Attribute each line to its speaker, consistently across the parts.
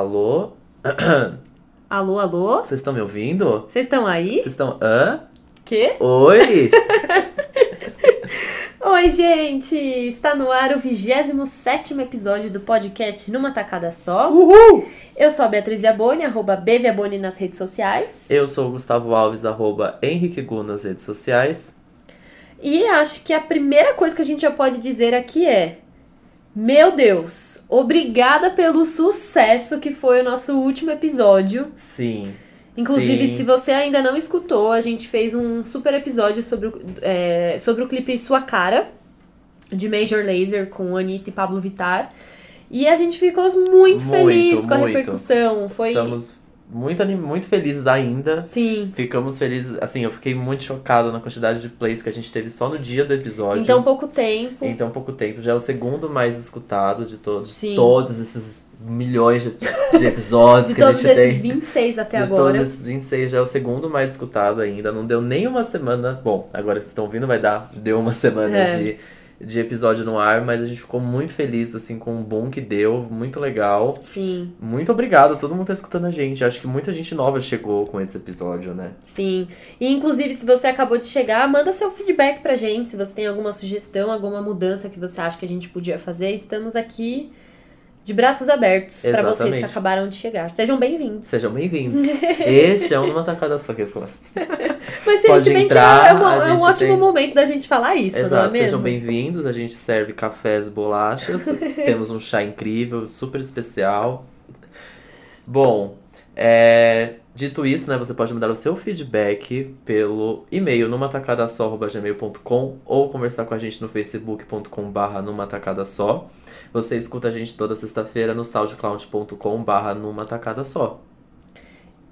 Speaker 1: Alô?
Speaker 2: Alô, alô?
Speaker 1: Vocês estão me ouvindo?
Speaker 2: Vocês estão aí?
Speaker 1: Vocês estão. Hã?
Speaker 2: Quê?
Speaker 1: Oi?
Speaker 2: Oi, gente! Está no ar o 27º episódio do podcast Numa Tacada Só.
Speaker 1: Uhul!
Speaker 2: Eu sou a Beatriz Viaboni, arroba bviaboni nas redes sociais.
Speaker 1: Eu sou o Gustavo Alves, arroba Henrique Gu nas redes sociais.
Speaker 2: E acho que a primeira coisa que a gente já pode dizer aqui é... Meu Deus, obrigada pelo sucesso que foi o nosso último episódio.
Speaker 1: Sim.
Speaker 2: Inclusive,
Speaker 1: Sim.
Speaker 2: se você ainda não escutou, a gente fez um super episódio sobre o, é, sobre o clipe Sua Cara, de Major Laser, com Anitta e Pablo Vittar. E a gente ficou muito,
Speaker 1: Muito,
Speaker 2: feliz com a
Speaker 1: muito.
Speaker 2: repercussão. Foi.
Speaker 1: Estamos muito, anim- muito felizes ainda.
Speaker 2: Sim.
Speaker 1: Ficamos felizes. Assim, eu fiquei muito chocado na quantidade de plays que a gente teve só no dia do episódio.
Speaker 2: Em tão Então, pouco tempo.
Speaker 1: Em tão pouco tempo. Já é o segundo mais escutado de todos.
Speaker 2: Sim.
Speaker 1: Todos esses milhões de, de episódios
Speaker 2: de
Speaker 1: que a
Speaker 2: todos
Speaker 1: gente
Speaker 2: esses
Speaker 1: tem.
Speaker 2: 26 até
Speaker 1: de
Speaker 2: agora.
Speaker 1: todos esses 26 já é o segundo mais escutado ainda. Não deu nem uma semana. Bom, agora que vocês estão vindo, vai dar. Deu uma semana
Speaker 2: É.
Speaker 1: de, de episódio no ar, mas a gente ficou muito feliz, assim, com o bom que deu. Muito legal.
Speaker 2: Sim,
Speaker 1: Muito obrigado, todo mundo tá escutando a gente. Acho que muita gente nova chegou com esse episódio, né?
Speaker 2: sim. E inclusive, se você acabou de chegar, manda seu feedback pra gente. Se você tem alguma sugestão, alguma mudança que você acha que a gente podia fazer, estamos aqui de braços abertos pra vocês que
Speaker 1: Exatamente.
Speaker 2: acabaram de chegar. Sejam bem-vindos.
Speaker 1: Sejam bem-vindos. este é um Numa Tacada Só que eles começam.
Speaker 2: Mas se,
Speaker 1: Pode
Speaker 2: se bem
Speaker 1: entrar,
Speaker 2: que é, uma-
Speaker 1: a
Speaker 2: é um
Speaker 1: gente
Speaker 2: ótimo
Speaker 1: tem-
Speaker 2: momento da gente falar isso, não é
Speaker 1: Exato,
Speaker 2: mesmo?
Speaker 1: sejam bem-vindos. A gente serve cafés e bolachas. Temos um chá incrível, super especial. Bom, é, dito isso, né, você pode mandar o seu feedback pelo e-mail numatacadasó.gmail.com ou conversar com a gente no facebook.com barra numatacadasó. Você escuta a gente toda sexta-feira no soundcloud.com barra numatacadasó.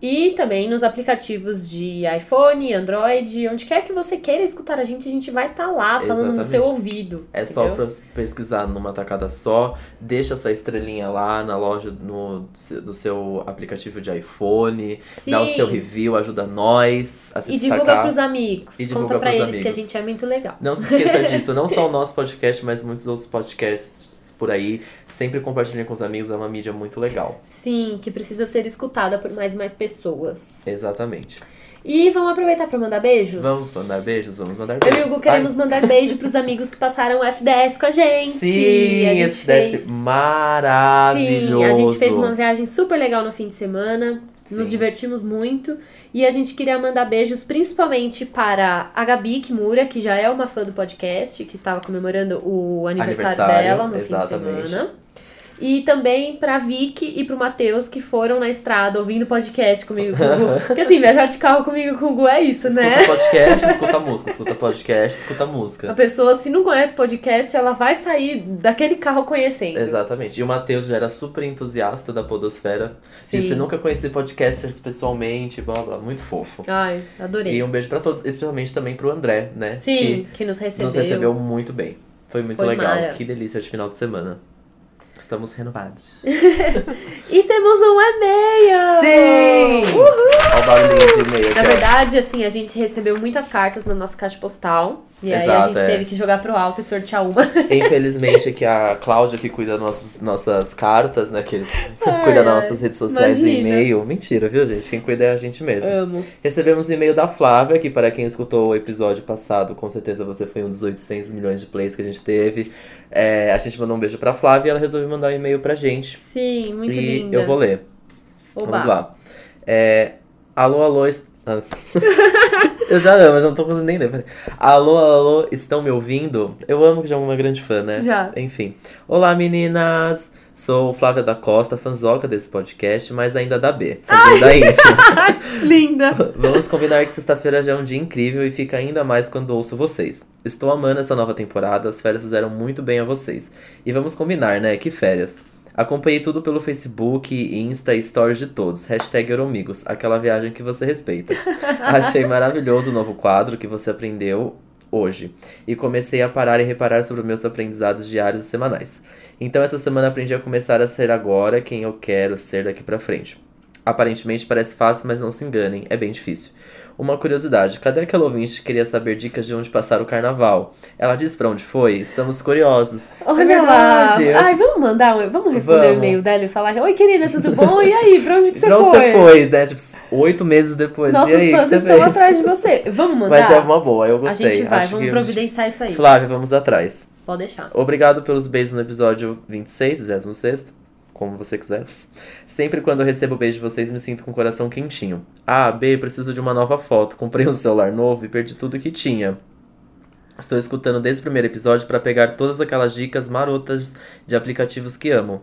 Speaker 2: E também nos aplicativos de iPhone, Android, onde quer que você queira escutar a gente, a gente vai estar lá falando no
Speaker 1: Exatamente.
Speaker 2: seu ouvido.
Speaker 1: É só
Speaker 2: entendeu?
Speaker 1: pra pesquisar numa tacada só, deixa sua estrelinha lá na loja no, do seu aplicativo de iPhone,
Speaker 2: Sim.
Speaker 1: dá o seu review, ajuda nós a se
Speaker 2: E
Speaker 1: destacar.
Speaker 2: divulga pros amigos.
Speaker 1: E divulga
Speaker 2: Conta pra
Speaker 1: pros
Speaker 2: eles que a
Speaker 1: amigos.
Speaker 2: gente é muito legal.
Speaker 1: Não se esqueça disso, não só o nosso podcast, mas muitos outros podcasts por aí. Sempre compartilha com os amigos, é uma mídia muito legal.
Speaker 2: Sim, que precisa ser escutada por mais e mais pessoas.
Speaker 1: Exatamente.
Speaker 2: E vamos aproveitar pra mandar beijos?
Speaker 1: É. Vamos mandar beijos? Vamos mandar
Speaker 2: Eu e
Speaker 1: beijos.
Speaker 2: o Hugo queremos mandar beijo pros amigos que passaram FDS com a
Speaker 1: Ai,
Speaker 2: gente.
Speaker 1: Sim,
Speaker 2: a gente
Speaker 1: esse desce
Speaker 2: fez-
Speaker 1: maravilhoso.
Speaker 2: Sim, a gente fez uma viagem super legal no fim de semana. Nos
Speaker 1: Sim.
Speaker 2: divertimos muito. E a gente queria mandar beijos principalmente para a Gabi Kimura, que já é uma fã do podcast, que estava comemorando o aniversário,
Speaker 1: Aniversário,
Speaker 2: dela no fim
Speaker 1: exatamente.
Speaker 2: de semana. E também pra Vicky e pro Matheus, que foram na estrada ouvindo podcast comigo e com o Gugu. Porque assim, viajar de carro comigo e com o Gugu é isso,
Speaker 1: Escuta
Speaker 2: né?
Speaker 1: podcast, escuta música. Escuta podcast, escuta música.
Speaker 2: A pessoa, se não conhece podcast, ela vai sair daquele carro conhecendo.
Speaker 1: Exatamente. E o Matheus já era super entusiasta da Podosfera.
Speaker 2: Sim.
Speaker 1: Disse nunca conheci podcasters pessoalmente, blá blá, blá. Muito fofo.
Speaker 2: Ai, adorei.
Speaker 1: E um beijo pra todos, especialmente também pro André, né?
Speaker 2: Sim,
Speaker 1: Que
Speaker 2: que, nos recebeu.
Speaker 1: nos recebeu muito bem. Foi muito
Speaker 2: Foi
Speaker 1: legal.
Speaker 2: mara.
Speaker 1: Que delícia de final de semana. Estamos renovados.
Speaker 2: E temos um e-mail!
Speaker 1: Sim! Olha o barulhinho de e-mail
Speaker 2: Na
Speaker 1: aqui, ó.
Speaker 2: verdade, assim, a gente recebeu muitas cartas na nossa caixa postal. E aí a
Speaker 1: Exato,
Speaker 2: gente
Speaker 1: é.
Speaker 2: teve que jogar pro alto e sortear uma.
Speaker 1: Infelizmente, aqui a Cláudia que cuida das nossas, nossas cartas, né? Que cuida das
Speaker 2: ai,
Speaker 1: nossas redes sociais e
Speaker 2: imagina.
Speaker 1: e-mail. Mentira, viu, gente? Quem cuida é a gente mesmo.
Speaker 2: Amo.
Speaker 1: Recebemos um e-mail da Flávia, que para quem escutou o episódio passado, com certeza você foi um dos 800 milhões de plays que a gente teve. É, a gente mandou um beijo pra Flávia e ela resolveu mandar um e-mail pra gente.
Speaker 2: Sim, muito
Speaker 1: e
Speaker 2: linda.
Speaker 1: eu vou ler.
Speaker 2: Oba.
Speaker 1: Vamos lá. É, alô, alô. est- Ah. eu já amo, eu já não tô conseguindo nem ler. peraí. Alô, alô, estão me ouvindo? Eu amo que já é uma grande fã, né?
Speaker 2: Já.
Speaker 1: Enfim. Olá, meninas! Sou Flávia da Costa, fanzoca desse podcast, mas ainda da B. Fazendo da íntima.
Speaker 2: Linda.
Speaker 1: Vamos combinar que sexta-feira já é um dia incrível e fica ainda mais quando ouço vocês. Estou amando essa nova temporada, as férias fizeram muito bem a vocês. E vamos combinar, né? Que férias. Acompanhei tudo pelo Facebook, Insta e Stories de todos. Hashtag Euromigos, aquela viagem que você respeita. Achei maravilhoso o novo quadro que você aprendeu hoje. E comecei a parar e reparar sobre meus aprendizados diários e semanais. Então essa semana aprendi a começar a ser agora quem eu quero ser daqui pra frente. Aparentemente parece fácil, mas não se enganem, é bem difícil. Uma curiosidade, cadê aquela ouvinte que queria saber dicas de onde passar o carnaval? Ela disse pra onde foi? Estamos curiosos.
Speaker 2: Olha
Speaker 1: é
Speaker 2: lá.
Speaker 1: verdade, eu
Speaker 2: Ai, vamos mandar, um- vamos responder o
Speaker 1: Vamos.
Speaker 2: e-mail dela e falar: Oi, querida, tudo bom? E aí, pra onde que você
Speaker 1: pra onde
Speaker 2: foi?
Speaker 1: você foi? Né? Tipo, oito meses depois.
Speaker 2: Nossos
Speaker 1: e aí, o que
Speaker 2: fãs
Speaker 1: você
Speaker 2: estão
Speaker 1: fez?
Speaker 2: atrás de você. Vamos mandar?
Speaker 1: Mas é uma boa, eu gostei.
Speaker 2: A gente vai,
Speaker 1: Acho
Speaker 2: vamos
Speaker 1: que
Speaker 2: providenciar isso aí.
Speaker 1: Flávia, vamos atrás.
Speaker 2: Pode deixar.
Speaker 1: Obrigado pelos beijos no episódio 26, 26, como você quiser. Sempre quando eu recebo beijo de vocês, me sinto com o coração quentinho. Ah, B, preciso de uma nova foto. Comprei um celular novo e perdi tudo que tinha. Estou escutando desde o primeiro episódio para pegar todas aquelas dicas marotas de aplicativos que amo.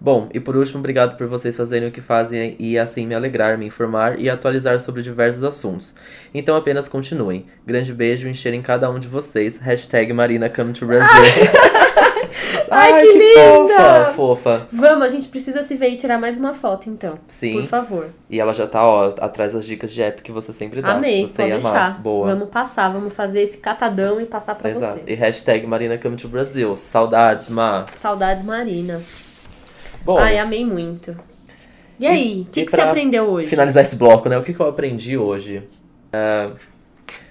Speaker 1: Bom, e por último, obrigado por vocês fazerem o que fazem e assim me alegrar, me informar e atualizar sobre diversos assuntos. Então apenas continuem. Grande beijo e encherem cada um de vocês. Hashtag Marina come to Brazil.
Speaker 2: Ai, que linda!
Speaker 1: Fofa, fofa.
Speaker 2: Vamos, a gente precisa se ver e tirar mais uma foto, então. Por
Speaker 1: Sim.
Speaker 2: favor.
Speaker 1: E ela já tá, ó, atrás das dicas de app que você sempre dá.
Speaker 2: Amei,
Speaker 1: você
Speaker 2: pode
Speaker 1: ia amar.
Speaker 2: deixar.
Speaker 1: Boa.
Speaker 2: Vamos passar, vamos fazer esse catadão e passar pra
Speaker 1: Exato.
Speaker 2: você.
Speaker 1: E hashtag Marina come to Brazil. Saudades, Ma.
Speaker 2: Saudades, Marina.
Speaker 1: Bom,
Speaker 2: Ai, amei muito. E aí, o que,
Speaker 1: e
Speaker 2: que você
Speaker 1: pra
Speaker 2: aprendeu hoje?
Speaker 1: finalizar esse bloco, né? O que, que eu aprendi hoje? Ah,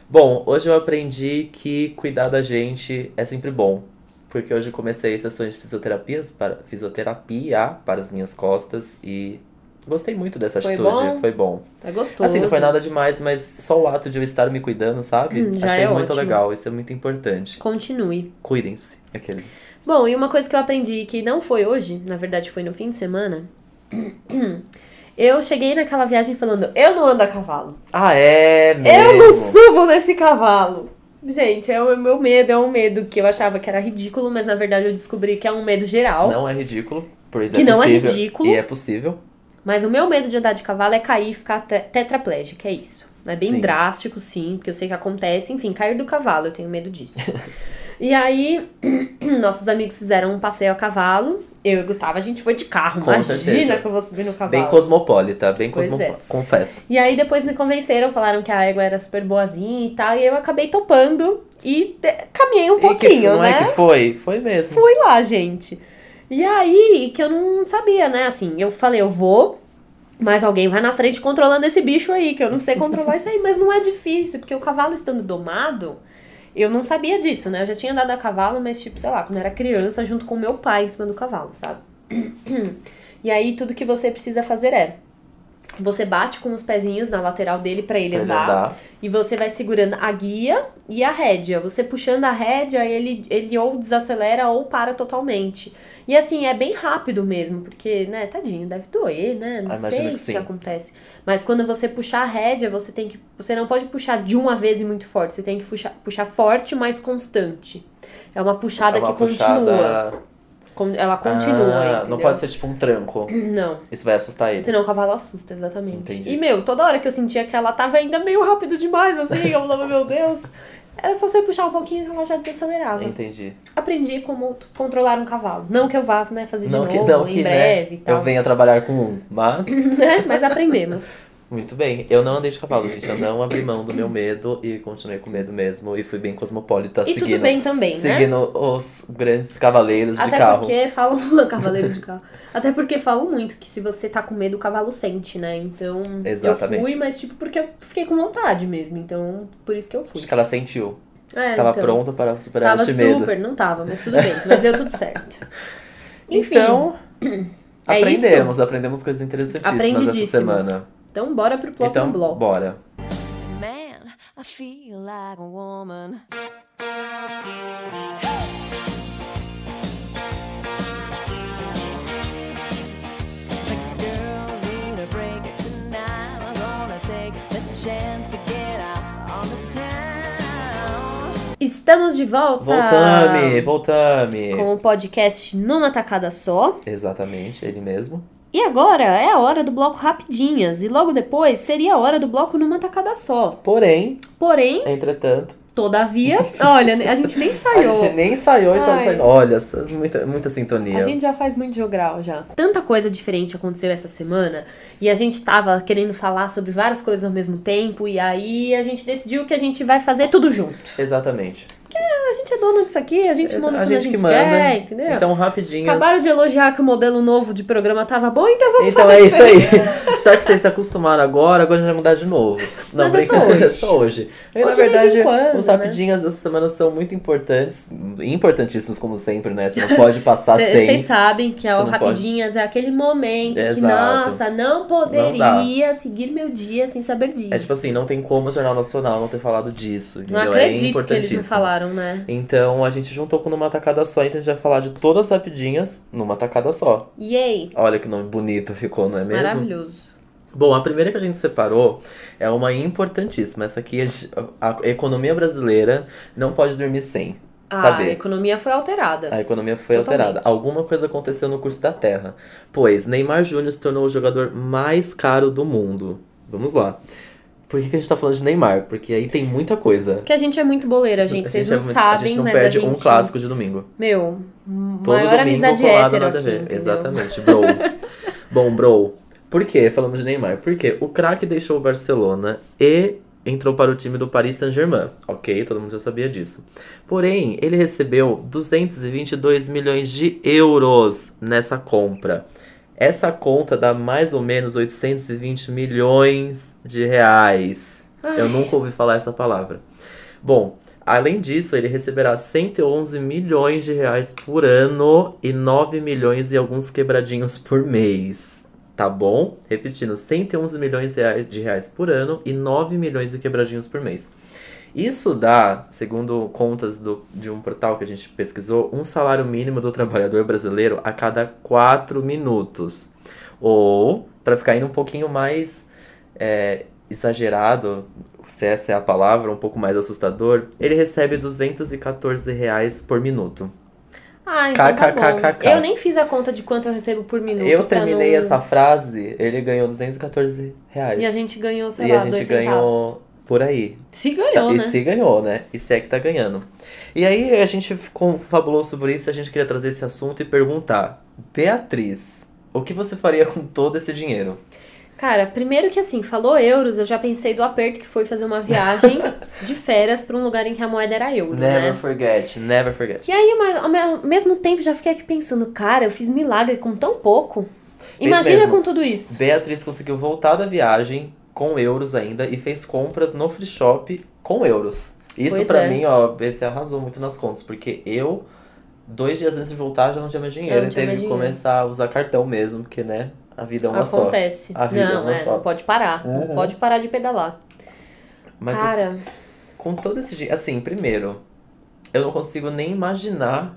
Speaker 1: bom, hoje eu aprendi que cuidar da gente é sempre bom. Porque hoje eu comecei sessões de fisioterapias para, fisioterapia para as minhas costas e gostei muito dessa
Speaker 2: Foi
Speaker 1: atitude.
Speaker 2: bom?
Speaker 1: Foi bom.
Speaker 2: Tá gostoso.
Speaker 1: Assim, não foi nada demais, mas só o ato de eu estar me cuidando, sabe?
Speaker 2: Hum, já
Speaker 1: Achei
Speaker 2: é
Speaker 1: muito
Speaker 2: ótimo.
Speaker 1: legal, isso é muito importante.
Speaker 2: Continue.
Speaker 1: Cuidem-se. Aquele.
Speaker 2: Bom, e uma coisa que eu aprendi que não foi hoje, na verdade foi no fim de semana. Eu cheguei naquela viagem falando, eu não ando a cavalo.
Speaker 1: Ah, é
Speaker 2: Eu
Speaker 1: mesmo.
Speaker 2: não subo nesse cavalo. Gente, é o meu medo, é um medo que eu achava que era ridículo, mas na verdade eu descobri que é um medo geral.
Speaker 1: Não é ridículo, por isso
Speaker 2: Que
Speaker 1: é
Speaker 2: não é
Speaker 1: possível.
Speaker 2: ridículo.
Speaker 1: E é possível.
Speaker 2: Mas o meu medo de andar de cavalo é cair e ficar te tetraplégica, é isso. É bem
Speaker 1: Sim.
Speaker 2: drástico, sim, porque eu sei que acontece. Enfim, cair do cavalo, eu tenho medo disso. e aí, nossos amigos fizeram um passeio a cavalo. Eu e o Gustavo, a gente foi de carro.
Speaker 1: Com
Speaker 2: Imagina
Speaker 1: certeza.
Speaker 2: que eu vou subir no cavalo.
Speaker 1: Bem cosmopolita, bem
Speaker 2: Pois é.
Speaker 1: cosmopolita. Confesso.
Speaker 2: E aí depois me convenceram, falaram que a égua era super boazinha e tal, e eu acabei topando e te- caminhei um
Speaker 1: e que,
Speaker 2: pouquinho,
Speaker 1: não
Speaker 2: né?
Speaker 1: é que foi? Foi mesmo.
Speaker 2: Fui lá, gente. E aí que eu não sabia, né? Assim, eu falei, eu vou, mas alguém vai na frente controlando esse bicho aí, que eu não sei controlar isso aí, mas não é difícil, porque o cavalo estando domado. Eu não sabia disso, né? Eu já tinha andado a cavalo, mas, tipo, sei lá, quando eu era criança, junto com meu pai em cima do cavalo, sabe? E aí, tudo que você precisa fazer é: você bate com os pezinhos na lateral dele pra ele
Speaker 1: Pra ele
Speaker 2: andar.
Speaker 1: andar.
Speaker 2: E você vai segurando a guia e a rédea. Você puxando a rédea, ele, ele ou desacelera ou para totalmente. E assim, é bem rápido mesmo, porque, né, tadinho, deve doer, né? Não
Speaker 1: Ah, imagino
Speaker 2: sei
Speaker 1: que
Speaker 2: o
Speaker 1: sim.
Speaker 2: que acontece. Mas quando você puxar a rédea, você tem que. Você não pode puxar de uma vez e muito forte. Você tem que puxar, puxar forte, mas constante. É uma puxada
Speaker 1: É uma
Speaker 2: que continua.
Speaker 1: puxada-
Speaker 2: Con- Ela continua,
Speaker 1: Ah,
Speaker 2: entendeu?
Speaker 1: Não pode ser tipo um tranco. tá
Speaker 2: Não.
Speaker 1: Isso vai assustar ele.
Speaker 2: Senão o cavalo assusta, exatamente.
Speaker 1: Entendi.
Speaker 2: E, meu, toda hora que eu sentia que ela tava ainda meio rápido demais, assim, eu falava, meu Deus. Era só você puxar um pouquinho que ela já desacelerava.
Speaker 1: Entendi.
Speaker 2: Aprendi como t- controlar um cavalo. Não que eu vá, né, fazer de
Speaker 1: não
Speaker 2: novo,
Speaker 1: que, não
Speaker 2: em
Speaker 1: que
Speaker 2: breve
Speaker 1: né,
Speaker 2: e tal.
Speaker 1: eu venha trabalhar com um, mas...
Speaker 2: Né? Mas aprendemos.
Speaker 1: Muito bem, eu não andei de cavalo, gente. Eu não abri mão do meu medo e continuei com medo mesmo. E fui bem cosmopolita,
Speaker 2: e
Speaker 1: seguindo,
Speaker 2: tudo bem também, né?
Speaker 1: seguindo os grandes cavaleiros
Speaker 2: Até
Speaker 1: de carro.
Speaker 2: porque falam. Cavaleiros de carro. Até porque falam muito que se você tá com medo, o cavalo sente, né? Então.
Speaker 1: Exatamente.
Speaker 2: Eu fui, mas tipo, porque eu fiquei com vontade mesmo. Então, por isso que eu fui.
Speaker 1: Acho que ela sentiu.
Speaker 2: É,
Speaker 1: Estava
Speaker 2: então.
Speaker 1: pronta para superar
Speaker 2: Tava
Speaker 1: este medo.
Speaker 2: super, não tava, mas tudo bem. Mas deu tudo certo. Enfim,
Speaker 1: Então,
Speaker 2: é
Speaker 1: aprendemos, aprendemos coisas interessantíssimas essa
Speaker 2: aprendidíssimos.
Speaker 1: semana.
Speaker 2: então bora pro próximo
Speaker 1: Então,
Speaker 2: bloco.
Speaker 1: bora.
Speaker 3: Man, I feel like a woman. The girls need a break tonight. We're gonna take the chance to get out on the town.
Speaker 2: Estamos de volta.
Speaker 1: Voltame, voltame.
Speaker 2: Com o podcast numa tacada só.
Speaker 1: Exatamente, ele mesmo.
Speaker 2: E agora é a hora do bloco rapidinhas. E logo depois seria a hora do bloco numa tacada só.
Speaker 1: Porém,
Speaker 2: Porém,
Speaker 1: entretanto,
Speaker 2: todavia, olha, a gente nem
Speaker 1: a
Speaker 2: saiu.
Speaker 1: gente nem saiu e tá
Speaker 2: Ai.
Speaker 1: saindo. Olha, essa- muita, muita sintonia.
Speaker 2: A gente já faz muito jogral já. Tanta coisa diferente aconteceu essa semana e a gente tava querendo falar sobre várias coisas ao mesmo tempo e aí a gente decidiu que a gente vai fazer tudo junto.
Speaker 1: Exatamente.
Speaker 2: a gente é dona disso aqui, a gente
Speaker 1: Exa-
Speaker 2: manda
Speaker 1: a
Speaker 2: quando
Speaker 1: gente que manda.
Speaker 2: quer, entendeu?
Speaker 1: Então, rapidinhas.
Speaker 2: Acabaram de elogiar que o modelo novo de programa tava bom, então vamos
Speaker 1: Então
Speaker 2: fazer
Speaker 1: é isso aí.
Speaker 2: diferente.
Speaker 1: Só que vocês se acostumaram agora, agora a gente vai mudar de novo. Não,
Speaker 2: Mas é só
Speaker 1: brincadeira,
Speaker 2: hoje.
Speaker 1: só hoje. E,
Speaker 2: Ou
Speaker 1: na
Speaker 2: de vez em
Speaker 1: verdade,
Speaker 2: quando,
Speaker 1: os
Speaker 2: né?
Speaker 1: rapidinhas dessa semana são muito importantes, importantíssimos como sempre, né? Você não pode passar
Speaker 2: Cê-
Speaker 1: sem.
Speaker 2: Vocês sabem que é
Speaker 1: Você
Speaker 2: o
Speaker 1: não pode.
Speaker 2: Rapidinhas é aquele momento
Speaker 1: Exato.
Speaker 2: que, nossa, não poderia seguir meu dia sem saber disso.
Speaker 1: É tipo assim, não tem como o Jornal Nacional não ter falado disso, entendeu?
Speaker 2: não
Speaker 1: é
Speaker 2: acredito que eles
Speaker 1: importantíssimo.
Speaker 2: não falaram, né?
Speaker 1: Então a gente juntou com numa tacada só, então a gente vai falar de todas as rapidinhas numa tacada só.
Speaker 2: Yay!
Speaker 1: Olha que nome bonito ficou, não é mesmo?
Speaker 2: Maravilhoso.
Speaker 1: Bom, a primeira que a gente separou é uma importantíssima. Essa aqui é gi- a a economia brasileira não pode dormir sem.
Speaker 2: Ah, a
Speaker 1: Saber.
Speaker 2: economia foi alterada.
Speaker 1: A economia foi
Speaker 2: Totalmente.
Speaker 1: alterada. Alguma coisa aconteceu no curso da Terra. Pois Neymar Júnior se tornou o jogador mais caro do mundo. Vamos lá. Por que, que a gente tá falando de Neymar? Porque aí tem muita coisa.
Speaker 2: Porque a gente é muito boleira, gente. Vocês não
Speaker 1: é muito-
Speaker 2: sabem,
Speaker 1: A gente não
Speaker 2: mas
Speaker 1: perde
Speaker 2: a gente...
Speaker 1: um clássico de domingo.
Speaker 2: Meu,
Speaker 1: Todo
Speaker 2: maior
Speaker 1: domingo
Speaker 2: amizade
Speaker 1: colado
Speaker 2: hétero
Speaker 1: na
Speaker 2: aqui,
Speaker 1: TV.
Speaker 2: entendeu?
Speaker 1: Exatamente, bro. Bom, bro, por que falamos de Neymar? Porque o craque deixou o Barcelona e entrou para o time do Paris Saint-Germain. Ok, todo mundo já sabia disso. Porém, ele recebeu 222 milhões de euros nessa compra. Essa conta dá mais ou menos 820 milhões de reais. Eu nunca ouvi falar essa palavra. Bom, além disso, ele receberá 111 milhões de reais por ano e 9 milhões e alguns quebradinhos por mês. Tá bom? Repetindo, 111 milhões de reais- de reais por ano e 9 milhões e quebradinhos por mês. Isso dá, segundo contas do- de um portal que a gente pesquisou, um salário mínimo do trabalhador brasileiro a cada 4 minutos. Ou, para ficar indo um pouquinho mais é, exagerado, se essa é a palavra, um pouco mais assustador, ele recebe 214 reais por minuto.
Speaker 2: Ah, então tá bom.
Speaker 1: KKKKK.
Speaker 2: Eu nem fiz a conta de quanto eu recebo por minuto. tá
Speaker 1: Eu
Speaker 2: pra
Speaker 1: terminei
Speaker 2: não-
Speaker 1: essa frase, ele ganhou 214 reais.
Speaker 2: E a gente ganhou, sei
Speaker 1: E
Speaker 2: lá,
Speaker 1: a gente
Speaker 2: dois
Speaker 1: ganhou
Speaker 2: centavos.
Speaker 1: por aí.
Speaker 2: Se
Speaker 1: Tá,
Speaker 2: ganhou,
Speaker 1: e
Speaker 2: né?
Speaker 1: se ganhou, né? E se é que tá ganhando. E aí a gente confabulou sobre isso, a gente queria trazer esse assunto e perguntar. Beatriz, o que você faria com todo esse dinheiro?
Speaker 2: Cara, primeiro que assim, falou euros, eu já pensei do aperto que foi fazer uma viagem de férias pra um lugar em que a moeda era euro,
Speaker 1: Never
Speaker 2: né?
Speaker 1: forget, never forget.
Speaker 2: E aí, mas ao me- ao mesmo tempo, já fiquei aqui pensando, cara, eu fiz milagre com tão pouco. Imagina
Speaker 1: mesmo.
Speaker 2: com tudo isso.
Speaker 1: Beatriz conseguiu voltar da viagem com euros ainda e fez compras no free shop com euros. Isso
Speaker 2: Pois
Speaker 1: pra
Speaker 2: é.
Speaker 1: mim, ó, você arrasou muito nas contas, porque eu, dois dias antes de voltar, já não tinha mais
Speaker 2: Eu
Speaker 1: dinheiro
Speaker 2: não
Speaker 1: e teve
Speaker 2: tinha mais
Speaker 1: que
Speaker 2: dinheiro.
Speaker 1: começar a usar cartão mesmo, porque, né, a vida é uma só.
Speaker 2: Acontece.
Speaker 1: A vida é
Speaker 2: não,
Speaker 1: uma
Speaker 2: é,
Speaker 1: só.
Speaker 2: não pode parar. Não
Speaker 1: Uhum.
Speaker 2: pode parar de pedalar.
Speaker 1: Mas o
Speaker 2: cara,
Speaker 1: com todo esse dinheiro. Assim, primeiro, eu não consigo nem imaginar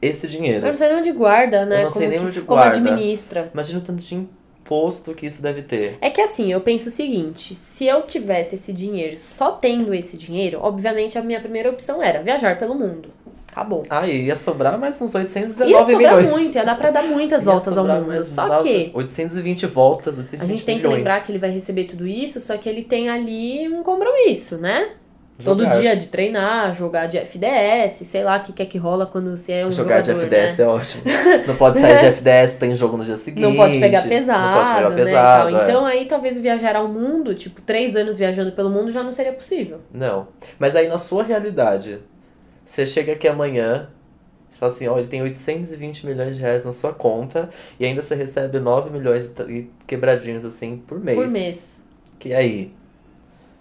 Speaker 1: esse
Speaker 2: eu não
Speaker 1: dinheiro.
Speaker 2: sei nem onde guarda, né?
Speaker 1: Eu não sei
Speaker 2: como
Speaker 1: nem
Speaker 2: que-
Speaker 1: onde
Speaker 2: como
Speaker 1: guarda.
Speaker 2: administra.
Speaker 1: Imagina o tanto de imposto que isso deve ter.
Speaker 2: É que assim, eu penso o seguinte: se eu tivesse esse dinheiro, só tendo esse dinheiro, obviamente a minha primeira opção era viajar pelo mundo. Acabou.
Speaker 1: Ah, e ia sobrar mais uns
Speaker 2: Ia
Speaker 1: 819
Speaker 2: sobrar
Speaker 1: milhões.
Speaker 2: muito, ia dar pra dar muitas
Speaker 1: Ia
Speaker 2: voltas ao
Speaker 1: sobrar
Speaker 2: mundo.
Speaker 1: mais
Speaker 2: Só
Speaker 1: voltas,
Speaker 2: que
Speaker 1: 820 voltas, 820
Speaker 2: a gente tem que
Speaker 1: milhões.
Speaker 2: lembrar que ele vai receber tudo isso, só que ele tem ali um compromisso, né?
Speaker 1: Jogar.
Speaker 2: Todo dia de treinar, jogar de FDS, sei lá o que, que é que rola quando você é um
Speaker 1: Jogar de
Speaker 2: jogador,
Speaker 1: FDS
Speaker 2: né?
Speaker 1: é ótimo. Não pode sair de FDS, tem jogo no dia seguinte.
Speaker 2: Não pode pegar pesado,
Speaker 1: Não pode pegar
Speaker 2: né? e
Speaker 1: pesado.
Speaker 2: tal.
Speaker 1: é.
Speaker 2: Então aí talvez viajar ao mundo, tipo, três anos viajando pelo mundo já não seria possível.
Speaker 1: Não. Mas aí na sua realidade, você chega aqui amanhã, você fala assim, ó, ele tem 820 milhões de reais na sua conta e ainda você recebe 9 milhões e t- e quebradinhos assim por mês.
Speaker 2: Por mês.
Speaker 1: Que aí,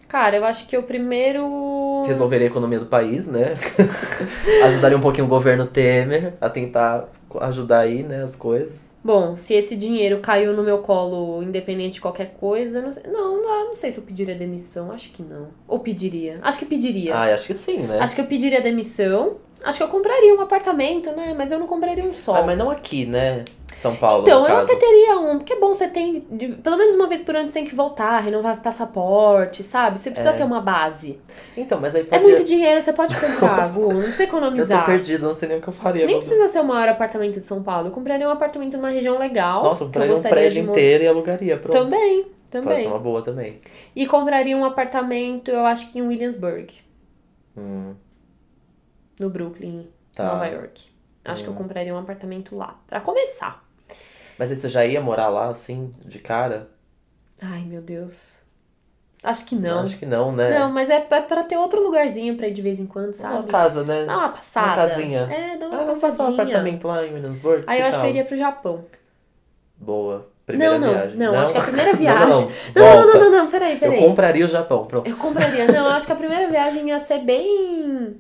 Speaker 2: Cara, eu acho que o primeiro.
Speaker 1: resolveria a economia do país, né? Ajudaria um pouquinho o governo Temer a tentar co- ajudar aí, né, as coisas.
Speaker 2: Bom, se esse dinheiro caiu no meu colo, independente de qualquer coisa, eu não sei. Não, não, não sei se eu pediria demissão, acho que não. Ou pediria. Acho que pediria.
Speaker 1: Ah, acho que sim, né?
Speaker 2: Acho que eu pediria demissão. Acho que eu compraria um apartamento, né? Mas eu não compraria um só.
Speaker 1: Ah, mas não aqui, né? São Paulo,
Speaker 2: Então,
Speaker 1: no
Speaker 2: eu
Speaker 1: caso.
Speaker 2: até teria um, porque é bom, você tem. de- Pelo menos uma vez por ano você tem que voltar, renovar passaporte, sabe? Você precisa
Speaker 1: É.
Speaker 2: ter uma base.
Speaker 1: Então, mas aí
Speaker 2: É
Speaker 1: pode...
Speaker 2: muito dinheiro, você pode comprar, Gu, não precisa
Speaker 1: eu tô
Speaker 2: economizar.
Speaker 1: perdido, não sei nem o que eu faria.
Speaker 2: Nem
Speaker 1: meu
Speaker 2: precisa ser o maior apartamento de São Paulo. Eu compraria um apartamento numa região legal.
Speaker 1: Nossa, eu
Speaker 2: que eu
Speaker 1: compraria um
Speaker 2: gostaria
Speaker 1: prédio
Speaker 2: de morar.
Speaker 1: inteiro e alugaria, pronto.
Speaker 2: Também,
Speaker 1: Pode
Speaker 2: também.
Speaker 1: ser uma boa também.
Speaker 2: E compraria um apartamento, eu acho que em Williamsburg,
Speaker 1: Hum,
Speaker 2: no Brooklyn,
Speaker 1: tá. Hum.
Speaker 2: Nova York. Acho que eu compraria um apartamento lá. Pra começar.
Speaker 1: Mas aí você já ia morar lá, assim, de cara?
Speaker 2: Ai, meu Deus. Acho que não.
Speaker 1: Acho que não, né?
Speaker 2: Não, mas é, é pra ter outro lugarzinho pra ir de vez em quando,
Speaker 1: Uma
Speaker 2: sabe?
Speaker 1: casa, né?
Speaker 2: Dá uma passada.
Speaker 1: casinha.
Speaker 2: É, dá
Speaker 1: Ah,
Speaker 2: uma
Speaker 1: vamos passar um
Speaker 2: passadinha.
Speaker 1: apartamento lá em Williamsburg?
Speaker 2: Aí eu acho que eu
Speaker 1: tal?
Speaker 2: iria pro Japão.
Speaker 1: Boa. Primeira
Speaker 2: não, não,
Speaker 1: viagem.
Speaker 2: não, acho que a
Speaker 1: Não,
Speaker 2: primeira
Speaker 1: não,
Speaker 2: viagem.
Speaker 1: volta.
Speaker 2: não, não, não, não, peraí,
Speaker 1: Eu
Speaker 2: peraí.
Speaker 1: compraria o Japão, pronto.
Speaker 2: Eu compraria. Não, eu acho que a primeira viagem ia ser bem.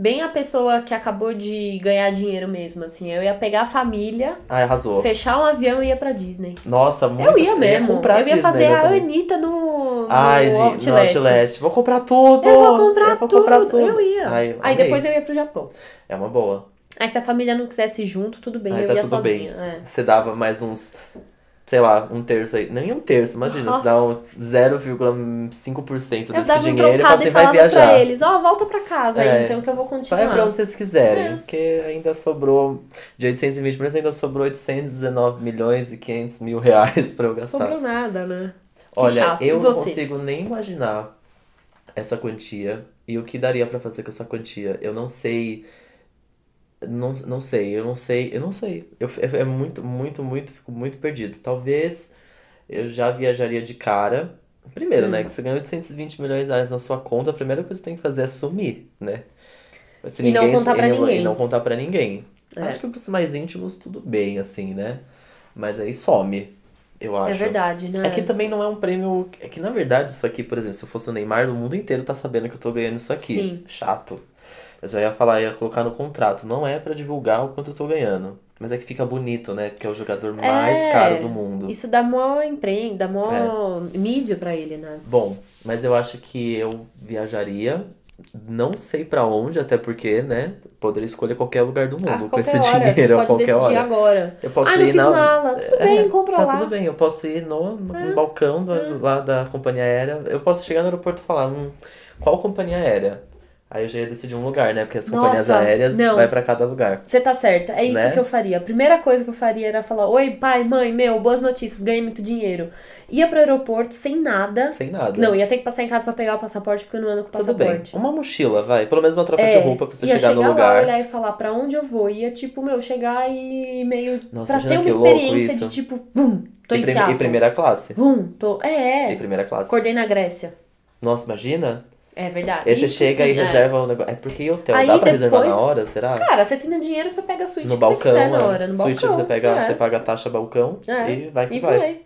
Speaker 2: Bem a pessoa que acabou de ganhar dinheiro mesmo, assim. Eu ia pegar a família,
Speaker 1: Ah, arrasou.
Speaker 2: fechar um avião e ia pra Disney.
Speaker 1: Nossa, muito.
Speaker 2: eu ia mesmo.
Speaker 1: comprar
Speaker 2: eu ia
Speaker 1: Disney,
Speaker 2: fazer
Speaker 1: né,
Speaker 2: a
Speaker 1: também.
Speaker 2: Anitta no, no
Speaker 1: Ai, gente, no
Speaker 2: Outlet.
Speaker 1: Outlet. Vou comprar tudo!
Speaker 2: Eu vou comprar,
Speaker 1: vou
Speaker 2: tudo.
Speaker 1: comprar tudo.
Speaker 2: Eu ia.
Speaker 1: Ai,
Speaker 2: Aí
Speaker 1: amei.
Speaker 2: depois eu ia pro Japão.
Speaker 1: É uma boa.
Speaker 2: Aí se a família não quisesse ir junto, tudo bem,
Speaker 1: Aí
Speaker 2: eu
Speaker 1: tá
Speaker 2: ia
Speaker 1: tudo
Speaker 2: sozinha.
Speaker 1: bem.
Speaker 2: é.
Speaker 1: Você dava mais uns, sei lá, um terço aí. Nem um terço, imagina. Você
Speaker 2: Nossa.
Speaker 1: dá um 0,5%
Speaker 2: Eu
Speaker 1: desse
Speaker 2: dava um
Speaker 1: dinheiro pra
Speaker 2: trocado
Speaker 1: você
Speaker 2: e
Speaker 1: vai
Speaker 2: falava
Speaker 1: viajar.
Speaker 2: pra eles, ó, volta pra casa
Speaker 1: É.
Speaker 2: aí, então que eu vou continuar.
Speaker 1: Vai pra onde vocês quiserem,
Speaker 2: É.
Speaker 1: porque ainda sobrou, de 820 milhões, ainda sobrou 819 milhões e 500 mil reais pra eu gastar.
Speaker 2: Sobrou nada, né? Que
Speaker 1: Olha,
Speaker 2: chato. E
Speaker 1: eu não
Speaker 2: você?
Speaker 1: consigo nem imaginar essa quantia e o que daria pra fazer com essa quantia. Eu não sei. Não, não sei, eu não sei, eu não sei. Eu, é, é muito, muito, muito, fico muito perdido. Talvez eu já viajaria de cara. Primeiro,
Speaker 2: Hum.
Speaker 1: né? Que você ganha 820 milhões de reais na sua conta, a primeira coisa que você tem que fazer é sumir, né? Se
Speaker 2: E não
Speaker 1: ninguém-
Speaker 2: contar pra
Speaker 1: e não- E
Speaker 2: ninguém.
Speaker 1: não contar pra ninguém.
Speaker 2: É.
Speaker 1: Acho que pros mais íntimos tudo bem, assim, né? Mas aí some, eu
Speaker 2: É
Speaker 1: acho.
Speaker 2: verdade, né?
Speaker 1: É que também não é um prêmio. É que na verdade, isso aqui, por exemplo, se eu fosse o Neymar, o mundo inteiro tá sabendo que eu tô ganhando isso aqui.
Speaker 2: Sim.
Speaker 1: Chato. Eu já ia falar, ia colocar no contrato. Não é pra divulgar o quanto eu tô ganhando. Mas é que fica bonito, né? Porque é o jogador mais
Speaker 2: É.
Speaker 1: caro do mundo.
Speaker 2: Isso dá mó emprego, dá mó
Speaker 1: É.
Speaker 2: mídia pra ele, né?
Speaker 1: Bom, mas eu acho que eu viajaria. Não sei pra onde, até porque, né? Poderia escolher qualquer lugar do mundo com esse dinheiro a
Speaker 2: Ah, você pode
Speaker 1: qualquer
Speaker 2: decidir
Speaker 1: hora.
Speaker 2: agora.
Speaker 1: Eu posso
Speaker 2: ah,
Speaker 1: ir
Speaker 2: não fiz
Speaker 1: na.
Speaker 2: mala. Tudo
Speaker 1: É,
Speaker 2: bem, compra
Speaker 1: tá
Speaker 2: lá. É.
Speaker 1: tudo bem, eu posso ir no, no balcão do- lá da companhia aérea. Eu posso chegar no aeroporto e falar, hum, qual companhia aérea? Aí eu já ia decidir um lugar, né? Porque as companhias
Speaker 2: Nossa,
Speaker 1: aéreas
Speaker 2: não.
Speaker 1: vai pra cada lugar.
Speaker 2: Você tá certo, é isso
Speaker 1: Né?
Speaker 2: que eu faria. A primeira coisa que eu faria era falar: Oi, pai, mãe, meu, boas notícias, ganhei muito dinheiro. Ia pro aeroporto sem nada.
Speaker 1: Sem nada.
Speaker 2: Não, ia ter que passar em casa pra pegar o passaporte porque eu não ando com
Speaker 1: Tudo bem.
Speaker 2: passaporte.
Speaker 1: Uma mochila, vai. Pelo menos uma troca
Speaker 2: É,
Speaker 1: de roupa pra você
Speaker 2: ia
Speaker 1: chegar,
Speaker 2: chegar
Speaker 1: no
Speaker 2: lá,
Speaker 1: lugar.
Speaker 2: olhar e falar pra onde eu vou. Ia, tipo, meu, chegar e meio.
Speaker 1: Nossa,
Speaker 2: pra
Speaker 1: imagina
Speaker 2: ter uma
Speaker 1: que louco
Speaker 2: experiência
Speaker 1: isso.
Speaker 2: de tipo, bum, tô
Speaker 1: e,
Speaker 2: em
Speaker 1: prim- e
Speaker 2: Seattle.
Speaker 1: primeira classe.
Speaker 2: Bum, tô. É,
Speaker 1: E
Speaker 2: é.
Speaker 1: primeira classe.
Speaker 2: Acordei na Grécia.
Speaker 1: Nossa, imagina?
Speaker 2: É verdade.
Speaker 1: Aí você
Speaker 2: Isso
Speaker 1: chega
Speaker 2: sim,
Speaker 1: e
Speaker 2: é.
Speaker 1: reserva um negócio. É porque em hotel.
Speaker 2: Aí
Speaker 1: Dá pra reservar na
Speaker 2: depois-
Speaker 1: hora, será?
Speaker 2: Cara, você tendo dinheiro, você pega a suíte
Speaker 1: no
Speaker 2: que
Speaker 1: balcão,
Speaker 2: você quiser
Speaker 1: é.
Speaker 2: na hora. No
Speaker 1: Suíte
Speaker 2: balcão.
Speaker 1: você pega,
Speaker 2: é.
Speaker 1: você paga a taxa balcão
Speaker 2: É.
Speaker 1: e vai que
Speaker 2: E
Speaker 1: vai.
Speaker 2: vai.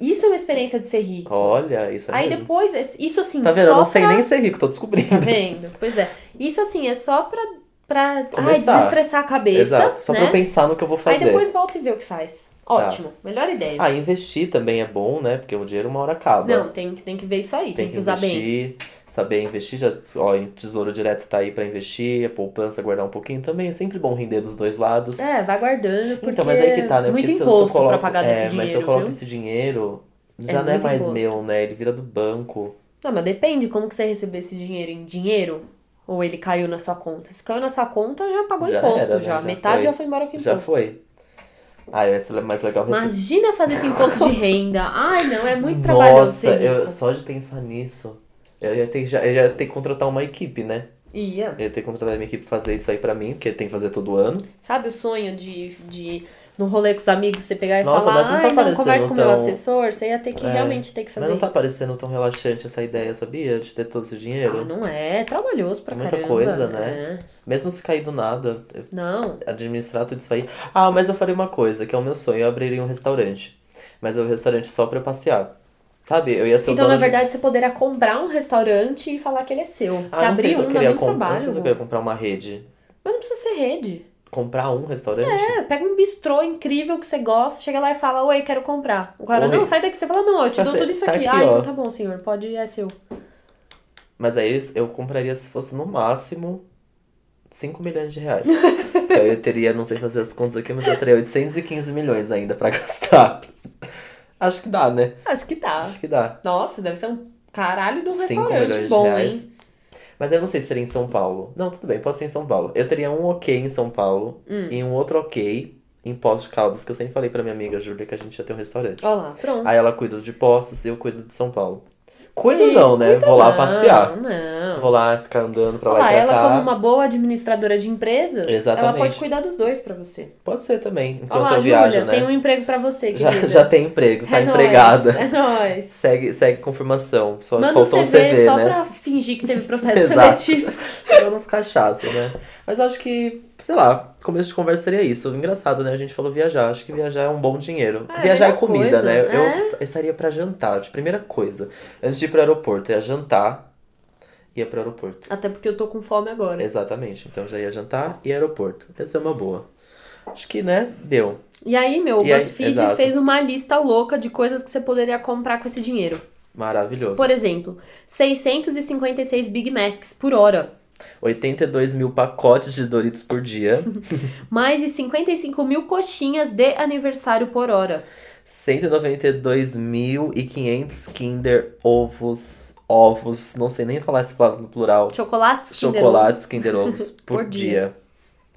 Speaker 2: Isso é uma experiência de ser rico.
Speaker 1: Olha, isso é
Speaker 2: Aí
Speaker 1: mesmo.
Speaker 2: depois, isso assim,
Speaker 1: Tá vendo? Eu não
Speaker 2: só
Speaker 1: sei
Speaker 2: pra...
Speaker 1: nem ser rico, tô descobrindo.
Speaker 2: Tá vendo? Pois é. Isso assim, é só pra, pra ai,
Speaker 1: Começar.
Speaker 2: desestressar a cabeça,
Speaker 1: Exato, só
Speaker 2: né?
Speaker 1: pra eu pensar no que eu vou
Speaker 2: Aí
Speaker 1: fazer. Tá.
Speaker 2: depois volta e vê o que faz. Ótimo. Melhor ideia.
Speaker 1: Ah, investir também é bom, né? Porque o dinheiro uma hora acaba.
Speaker 2: Não, tem, que- tem que ver isso aí. Tem,
Speaker 1: Tem
Speaker 2: que,
Speaker 1: que
Speaker 2: usar bem.
Speaker 1: investir, saber investir. Já, ó, em tesouro direto tá aí pra investir, a poupança guardar um pouquinho também. É sempre bom render dos dois lados.
Speaker 2: É, vai guardando, porque é
Speaker 1: então, mas aí que tá, né?
Speaker 2: muito
Speaker 1: Porque se eu- se eu
Speaker 2: imposto
Speaker 1: coloco,
Speaker 2: pra pagar
Speaker 1: é,
Speaker 2: desse
Speaker 1: mas se eu
Speaker 2: dinheiro,
Speaker 1: coloco
Speaker 2: viu?
Speaker 1: esse dinheiro, já
Speaker 2: É
Speaker 1: não é
Speaker 2: muito
Speaker 1: mais
Speaker 2: imposto.
Speaker 1: meu, né? Ele vira do banco.
Speaker 2: Não, mas depende como que você recebeu esse dinheiro em dinheiro ou ele caiu na sua conta. Se caiu na sua conta, já pagou
Speaker 1: Já
Speaker 2: imposto
Speaker 1: era, né?
Speaker 2: já.
Speaker 1: Já
Speaker 2: Metade
Speaker 1: foi.
Speaker 2: já foi embora com imposto.
Speaker 1: Já foi. Ah, esse é mais legal receber.
Speaker 2: Imagina fazer esse imposto de renda. Ai, não, é muito trabalhoso
Speaker 1: Nossa,
Speaker 2: ser
Speaker 1: eu,
Speaker 2: rico.
Speaker 1: só de pensar nisso, eu ia ter, que já, eu já ia ter que contratar uma equipe, né?
Speaker 2: Ia.
Speaker 1: Eu ia ter que contratar minha equipe pra fazer isso aí pra mim, porque tem que fazer todo ano.
Speaker 2: Sabe o sonho de, de no rolê com os amigos, você pegar e
Speaker 1: Nossa,
Speaker 2: falar,
Speaker 1: mas não tá
Speaker 2: ai, não,
Speaker 1: parecendo
Speaker 2: conversa com o meu
Speaker 1: tão-
Speaker 2: assessor, você ia ter que
Speaker 1: É,
Speaker 2: realmente ter que fazer
Speaker 1: Mas não tá
Speaker 2: isso.
Speaker 1: parecendo tão relaxante essa ideia, sabia? De ter todo esse dinheiro.
Speaker 2: Ah, não é, é trabalhoso pra
Speaker 1: Muita
Speaker 2: caramba.
Speaker 1: coisa, né? Mesmo se cair do nada, eu-
Speaker 2: É. Não,
Speaker 1: administrar tudo isso aí. Ah, mas eu falei uma coisa, que é o meu sonho, eu abriria um restaurante. Mas é um restaurante só pra eu passear. Sabe? Eu ia ser o
Speaker 2: então
Speaker 1: dono
Speaker 2: na
Speaker 1: de-
Speaker 2: verdade você poderia comprar um restaurante e falar que ele é seu. Porque
Speaker 1: Ah, não sei se
Speaker 2: abrir
Speaker 1: eu
Speaker 2: um dá
Speaker 1: queria
Speaker 2: muito
Speaker 1: comprar.
Speaker 2: trabalho.
Speaker 1: Não sei se eu queria comprar uma rede.
Speaker 2: Mas não precisa ser rede.
Speaker 1: Comprar um restaurante?
Speaker 2: É, pega um bistrô incrível que você gosta, chega lá e fala, oi, quero comprar. O cara,
Speaker 1: Oi.
Speaker 2: não, sai daqui. Você fala, não, eu te
Speaker 1: Tá
Speaker 2: dou
Speaker 1: ce-
Speaker 2: tudo isso
Speaker 1: tá
Speaker 2: aqui.
Speaker 1: aqui,
Speaker 2: ah,
Speaker 1: ó.
Speaker 2: então tá bom, senhor, pode, é seu.
Speaker 1: Mas aí eu compraria se fosse no máximo 5 milhões de reais. então eu teria, não sei fazer as contas aqui, mas eu teria 815 milhões ainda pra gastar. Acho que dá, né?
Speaker 2: Acho que tá.
Speaker 1: Acho que dá.
Speaker 2: Nossa, deve ser um caralho de um
Speaker 1: 5
Speaker 2: restaurante
Speaker 1: milhões
Speaker 2: bom,
Speaker 1: de reais.
Speaker 2: hein?
Speaker 1: Mas eu não sei se seria em São Paulo. Não, tudo bem, pode ser em São Paulo. Eu teria um ok em São Paulo
Speaker 2: Hum.
Speaker 1: e um outro ok em Poços de Caldas, que eu sempre falei pra minha amiga Júlia que a gente ia ter um restaurante.
Speaker 2: Olha lá, pronto.
Speaker 1: Aí ela cuida de Poços e eu cuido de São Paulo. Cuida não, né?
Speaker 2: Cuida
Speaker 1: Vou lá
Speaker 2: não,
Speaker 1: passear.
Speaker 2: Não.
Speaker 1: Vou lá ficar andando pra lá
Speaker 2: Olha,
Speaker 1: e pra
Speaker 2: ela
Speaker 1: cá.
Speaker 2: como uma boa administradora de empresas,
Speaker 1: Exatamente.
Speaker 2: ela pode cuidar dos dois pra você.
Speaker 1: Pode ser também, enquanto
Speaker 2: Olha lá,
Speaker 1: eu
Speaker 2: Júlia,
Speaker 1: viajo, né?
Speaker 2: tem um emprego pra você,
Speaker 1: já,
Speaker 2: querida.
Speaker 1: já tem emprego, tá
Speaker 2: é nóis,
Speaker 1: empregada.
Speaker 2: é nóis.
Speaker 1: Segue, segue confirmação. Só
Speaker 2: Manda um
Speaker 1: faltou
Speaker 2: CV,
Speaker 1: um CV,
Speaker 2: só
Speaker 1: né?
Speaker 2: pra fingir que teve processo
Speaker 1: Exato.
Speaker 2: seletivo.
Speaker 1: pra não ficar chato, né? Mas acho que, sei lá, começo de conversa seria isso. Engraçado, né? A gente falou viajar. Acho que viajar é um bom dinheiro.
Speaker 2: Ah, é a
Speaker 1: viajar é
Speaker 2: melhor
Speaker 1: comida,
Speaker 2: coisa,
Speaker 1: né? Eu,
Speaker 2: é.
Speaker 1: eu sairia pra jantar, de primeira coisa. Antes de ir pro aeroporto, ia jantar ia pro aeroporto.
Speaker 2: Até porque eu tô com fome agora.
Speaker 1: Exatamente. Então já ia jantar e aeroporto. Essa é uma boa. Acho que, né? Deu.
Speaker 2: E aí, meu, o
Speaker 1: E aí,
Speaker 2: BuzzFeed
Speaker 1: exato.
Speaker 2: fez uma lista louca de coisas que você poderia comprar com esse dinheiro.
Speaker 1: Maravilhoso.
Speaker 2: Por exemplo, 656 Big Macs por hora.
Speaker 1: 82 mil pacotes de Doritos por dia.
Speaker 2: Mais de 55 mil coxinhas de aniversário por hora.
Speaker 1: 192.500 Kinder ovos, ovos, não sei nem falar essa palavra no plural.
Speaker 2: Chocolates, Kinder
Speaker 1: Chocolates Kinder ovos por,
Speaker 2: Por
Speaker 1: dia.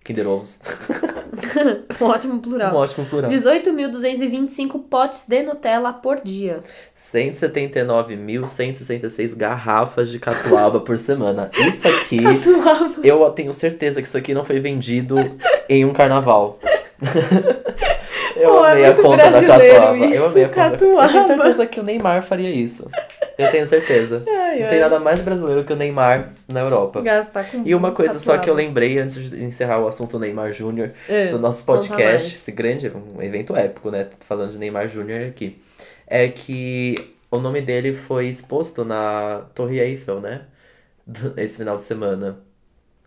Speaker 1: Kinder ovos.
Speaker 2: Ovo. Ótimo
Speaker 1: Um
Speaker 2: plural.
Speaker 1: ótimo plural.
Speaker 2: 18.225 potes de Nutella por dia.
Speaker 1: 179.166 garrafas de catuaba por semana. Isso aqui,
Speaker 2: Suave.
Speaker 1: eu tenho certeza que isso aqui não foi vendido em um carnaval. Eu
Speaker 2: Pô, é
Speaker 1: amei a
Speaker 2: muito
Speaker 1: conta da
Speaker 2: brasileiro
Speaker 1: catuaba. eu
Speaker 2: isso,
Speaker 1: amei a conta. Eu tenho
Speaker 2: catuaba.
Speaker 1: certeza que o Neymar faria isso. Eu tenho certeza.
Speaker 2: Ai,
Speaker 1: Não tem
Speaker 2: ai.
Speaker 1: nada mais brasileiro que o Neymar na Europa.
Speaker 2: Gastar com
Speaker 1: E uma coisa só que eu
Speaker 2: catuaba.
Speaker 1: lembrei antes de encerrar o assunto Neymar Júnior
Speaker 2: É,
Speaker 1: do nosso
Speaker 2: conta mais.
Speaker 1: podcast, esse grande um evento épico, né? Falando de Neymar Júnior aqui. É que o nome dele foi exposto na Torre Eiffel, né? Do- Esse final de semana.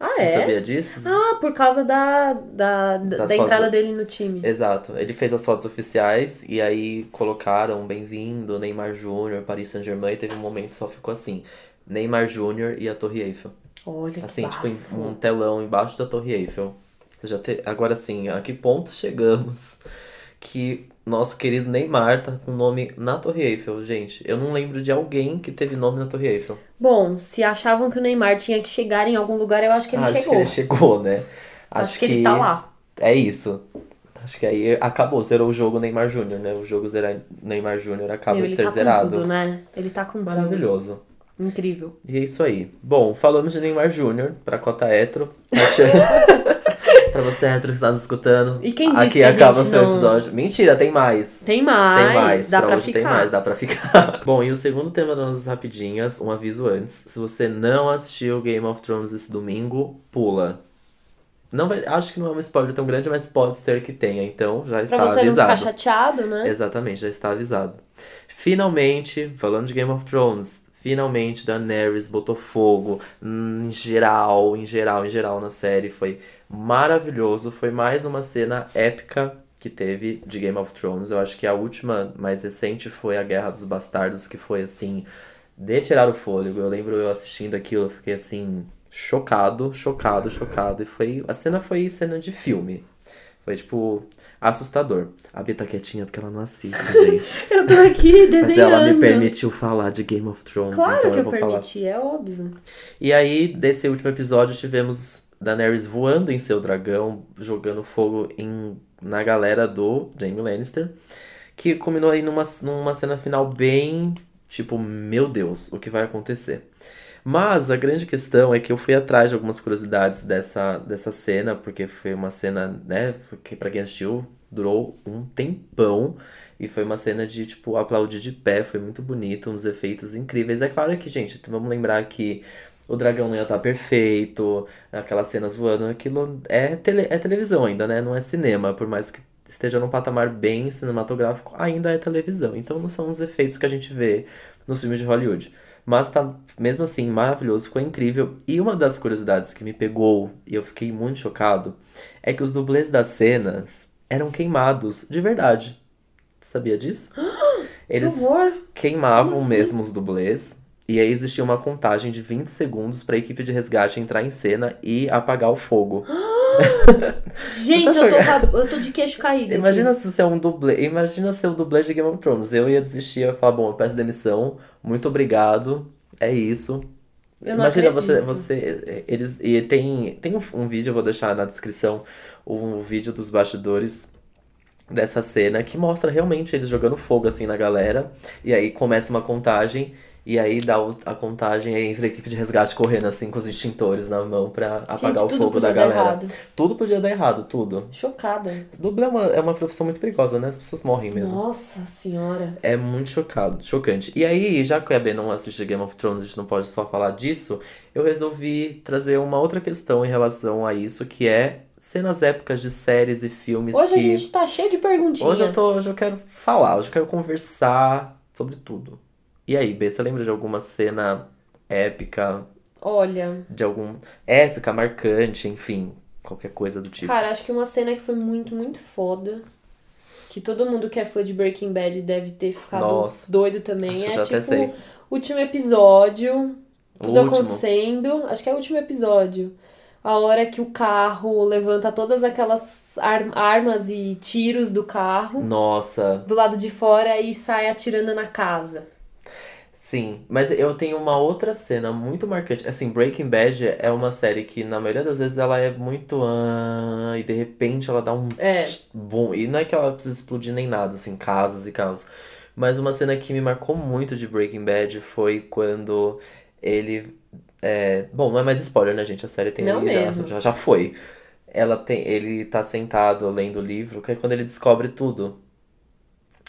Speaker 2: Ah,
Speaker 1: Você
Speaker 2: é?
Speaker 1: sabia disso?
Speaker 2: Ah, por causa da, da, da,
Speaker 1: Das
Speaker 2: da entrada
Speaker 1: fotos-
Speaker 2: dele no time.
Speaker 1: Exato. Ele fez as fotos oficiais e aí colocaram bem-vindo, Neymar Júnior, Paris Saint-Germain, e teve um momento que só ficou assim. Neymar Júnior e a Torre Eiffel.
Speaker 2: Olha que
Speaker 1: Assim, tipo, em-
Speaker 2: bafo.
Speaker 1: um telão embaixo da Torre Eiffel. Você Já te... Agora sim, a que ponto chegamos que nosso querido Neymar tá com nome na Torre Eiffel, gente? Eu não lembro de alguém que teve nome na Torre Eiffel.
Speaker 2: Bom, se achavam que o Neymar tinha que chegar em algum lugar, eu acho que ele
Speaker 1: Ah, Acho
Speaker 2: chegou.
Speaker 1: que ele chegou, né?
Speaker 2: Acho que ele tá lá.
Speaker 1: É isso. Acho que aí acabou, zerou o jogo Neymar Júnior, né? O jogo zerar Neymar Júnior acaba
Speaker 2: Meu,
Speaker 1: de
Speaker 2: ele
Speaker 1: ser
Speaker 2: tá
Speaker 1: zerado.
Speaker 2: com tudo, né? Ele tá com tudo.
Speaker 1: Maravilhoso.
Speaker 2: Incrível.
Speaker 1: E é isso aí. Bom, falamos de Neymar Júnior pra cota hétero. pra você hétero que está nos escutando.
Speaker 2: E quem disse
Speaker 1: Aqui
Speaker 2: que a
Speaker 1: acaba
Speaker 2: gente
Speaker 1: o seu
Speaker 2: não-
Speaker 1: episódio. Mentira, tem mais.
Speaker 2: Tem mais,
Speaker 1: Tem mais,
Speaker 2: dá
Speaker 1: pra,
Speaker 2: pra,
Speaker 1: hoje
Speaker 2: ficar.
Speaker 1: tem mais, dá pra ficar. Bom, e o segundo tema das nossas rapidinhas, um aviso antes. Se você não assistiu Game of Thrones esse domingo, pula. Não vai, acho que não é um spoiler tão grande, mas pode ser que tenha, então já está
Speaker 2: Pra você
Speaker 1: avisado.
Speaker 2: não ficar chateado, né?
Speaker 1: Exatamente, já está avisado. Finalmente, falando de Game of Thrones, finalmente Daenerys botou fogo Hum, em geral, em geral, em geral na série. Foi maravilhoso, foi mais uma cena épica que teve de Game of Thrones. Eu acho que a última mais recente foi a Guerra dos Bastardos, que foi assim, de tirar o fôlego. Eu lembro eu assistindo aquilo, eu fiquei assim, chocado, chocado, chocado. E foi, a cena foi cena de filme. Foi tipo assustador. A Bia tá quietinha porque ela não assiste, gente.
Speaker 2: Eu tô aqui desenhando.
Speaker 1: Mas ela me permitiu falar de Game of Thrones,
Speaker 2: Claro
Speaker 1: então
Speaker 2: que
Speaker 1: eu
Speaker 2: eu
Speaker 1: vou falar.
Speaker 2: permiti, é óbvio.
Speaker 1: E aí, desse último episódio, tivemos Daenerys voando em seu dragão, jogando fogo em, na galera do Jaime Lannister, que culminou aí numa, numa cena final bem tipo, meu Deus, o que vai acontecer? Mas a grande questão é que eu fui atrás de algumas curiosidades dessa, dessa cena, porque foi uma cena, né, que pra quem assistiu, durou um tempão. E foi uma cena de, tipo, aplaudir de pé, foi muito bonito, uns efeitos incríveis. É claro que, gente, vamos lembrar que o dragão não ia estar perfeito, aquelas cenas voando, aquilo é, tele, é televisão ainda, né? Não é cinema, por mais que esteja num patamar bem cinematográfico, ainda é televisão. Então não são os efeitos que a gente vê nos filmes de Hollywood. Mas tá, mesmo assim, maravilhoso, ficou incrível. E uma das curiosidades que me pegou, e eu fiquei muito chocado, é que os dublês das cenas eram queimados, de verdade. Sabia disso?
Speaker 2: Que
Speaker 1: Eles
Speaker 2: horror.
Speaker 1: queimavam
Speaker 2: Como assim?
Speaker 1: mesmo os dublês. E aí existia uma contagem de 20 segundos pra equipe de resgate entrar em cena e apagar o fogo.
Speaker 2: Gente, eu tô, com a- eu tô de queixo caído. aqui.
Speaker 1: tá Imagina se você é um dublê. Imagina ser o dublê de Game of Thrones. Eu ia desistir, eu ia falar, bom, eu peço demissão, muito obrigado. É isso.
Speaker 2: Eu não
Speaker 1: Imagina você,
Speaker 2: acredito.
Speaker 1: você. eh, Eles. E tem, tem um, um vídeo, eu vou deixar na descrição, um vídeo dos bastidores dessa cena que mostra realmente eles jogando fogo assim na galera. E aí começa uma contagem. E aí dá o- a contagem aí entra a equipe de resgate correndo assim com os extintores na mão pra apagar o
Speaker 2: tudo
Speaker 1: fogo da
Speaker 2: podia dar
Speaker 1: galera.
Speaker 2: errado.
Speaker 1: Tudo podia dar errado, tudo.
Speaker 2: Chocada.
Speaker 1: Dublê é uma, é uma profissão muito perigosa, né? As pessoas morrem mesmo.
Speaker 2: Nossa senhora.
Speaker 1: É muito chocado, chocante. E aí, já que a B não assiste Game of Thrones, a gente não pode só falar disso, eu resolvi trazer uma outra questão em relação a isso, que é cenas épicas de séries e filmes
Speaker 2: Hoje
Speaker 1: que.
Speaker 2: a gente tá cheio de perguntinhas.
Speaker 1: Hoje eu tô, hoje eu quero falar, hoje eu quero conversar sobre tudo. E aí, B, você lembra de alguma cena épica,
Speaker 2: Olha,
Speaker 1: de algum épica marcante, enfim, qualquer coisa do tipo?
Speaker 2: cara, acho que uma cena que foi muito, muito foda. Que todo mundo que é fã de Breaking Bad deve ter ficado
Speaker 1: Nossa.
Speaker 2: doido também.
Speaker 1: Acho que
Speaker 2: é
Speaker 1: eu já até
Speaker 2: tipo
Speaker 1: sei.
Speaker 2: último episódio.
Speaker 1: O
Speaker 2: Tudo
Speaker 1: último.
Speaker 2: acontecendo. Acho que é o último episódio. A hora que o carro levanta todas aquelas ar- armas e tiros do carro.
Speaker 1: Nossa,
Speaker 2: do lado de fora e sai atirando na casa.
Speaker 1: sim. Mas eu tenho uma outra cena muito marcante. Assim, Breaking Bad é uma série que, na maioria das vezes, ela é muito. ah, e de repente ela dá um
Speaker 2: É.
Speaker 1: Bom, e não é que ela precisa explodir nem nada, assim, casas e carros. Mas uma cena que me marcou muito de Breaking Bad foi quando ele. é, Bom, não é mais spoiler, né, gente? A série tem
Speaker 2: Não
Speaker 1: ali, já-
Speaker 2: mesmo.
Speaker 1: Já, já foi. Ela tem, ele tá sentado lendo o livro, que é quando ele descobre tudo.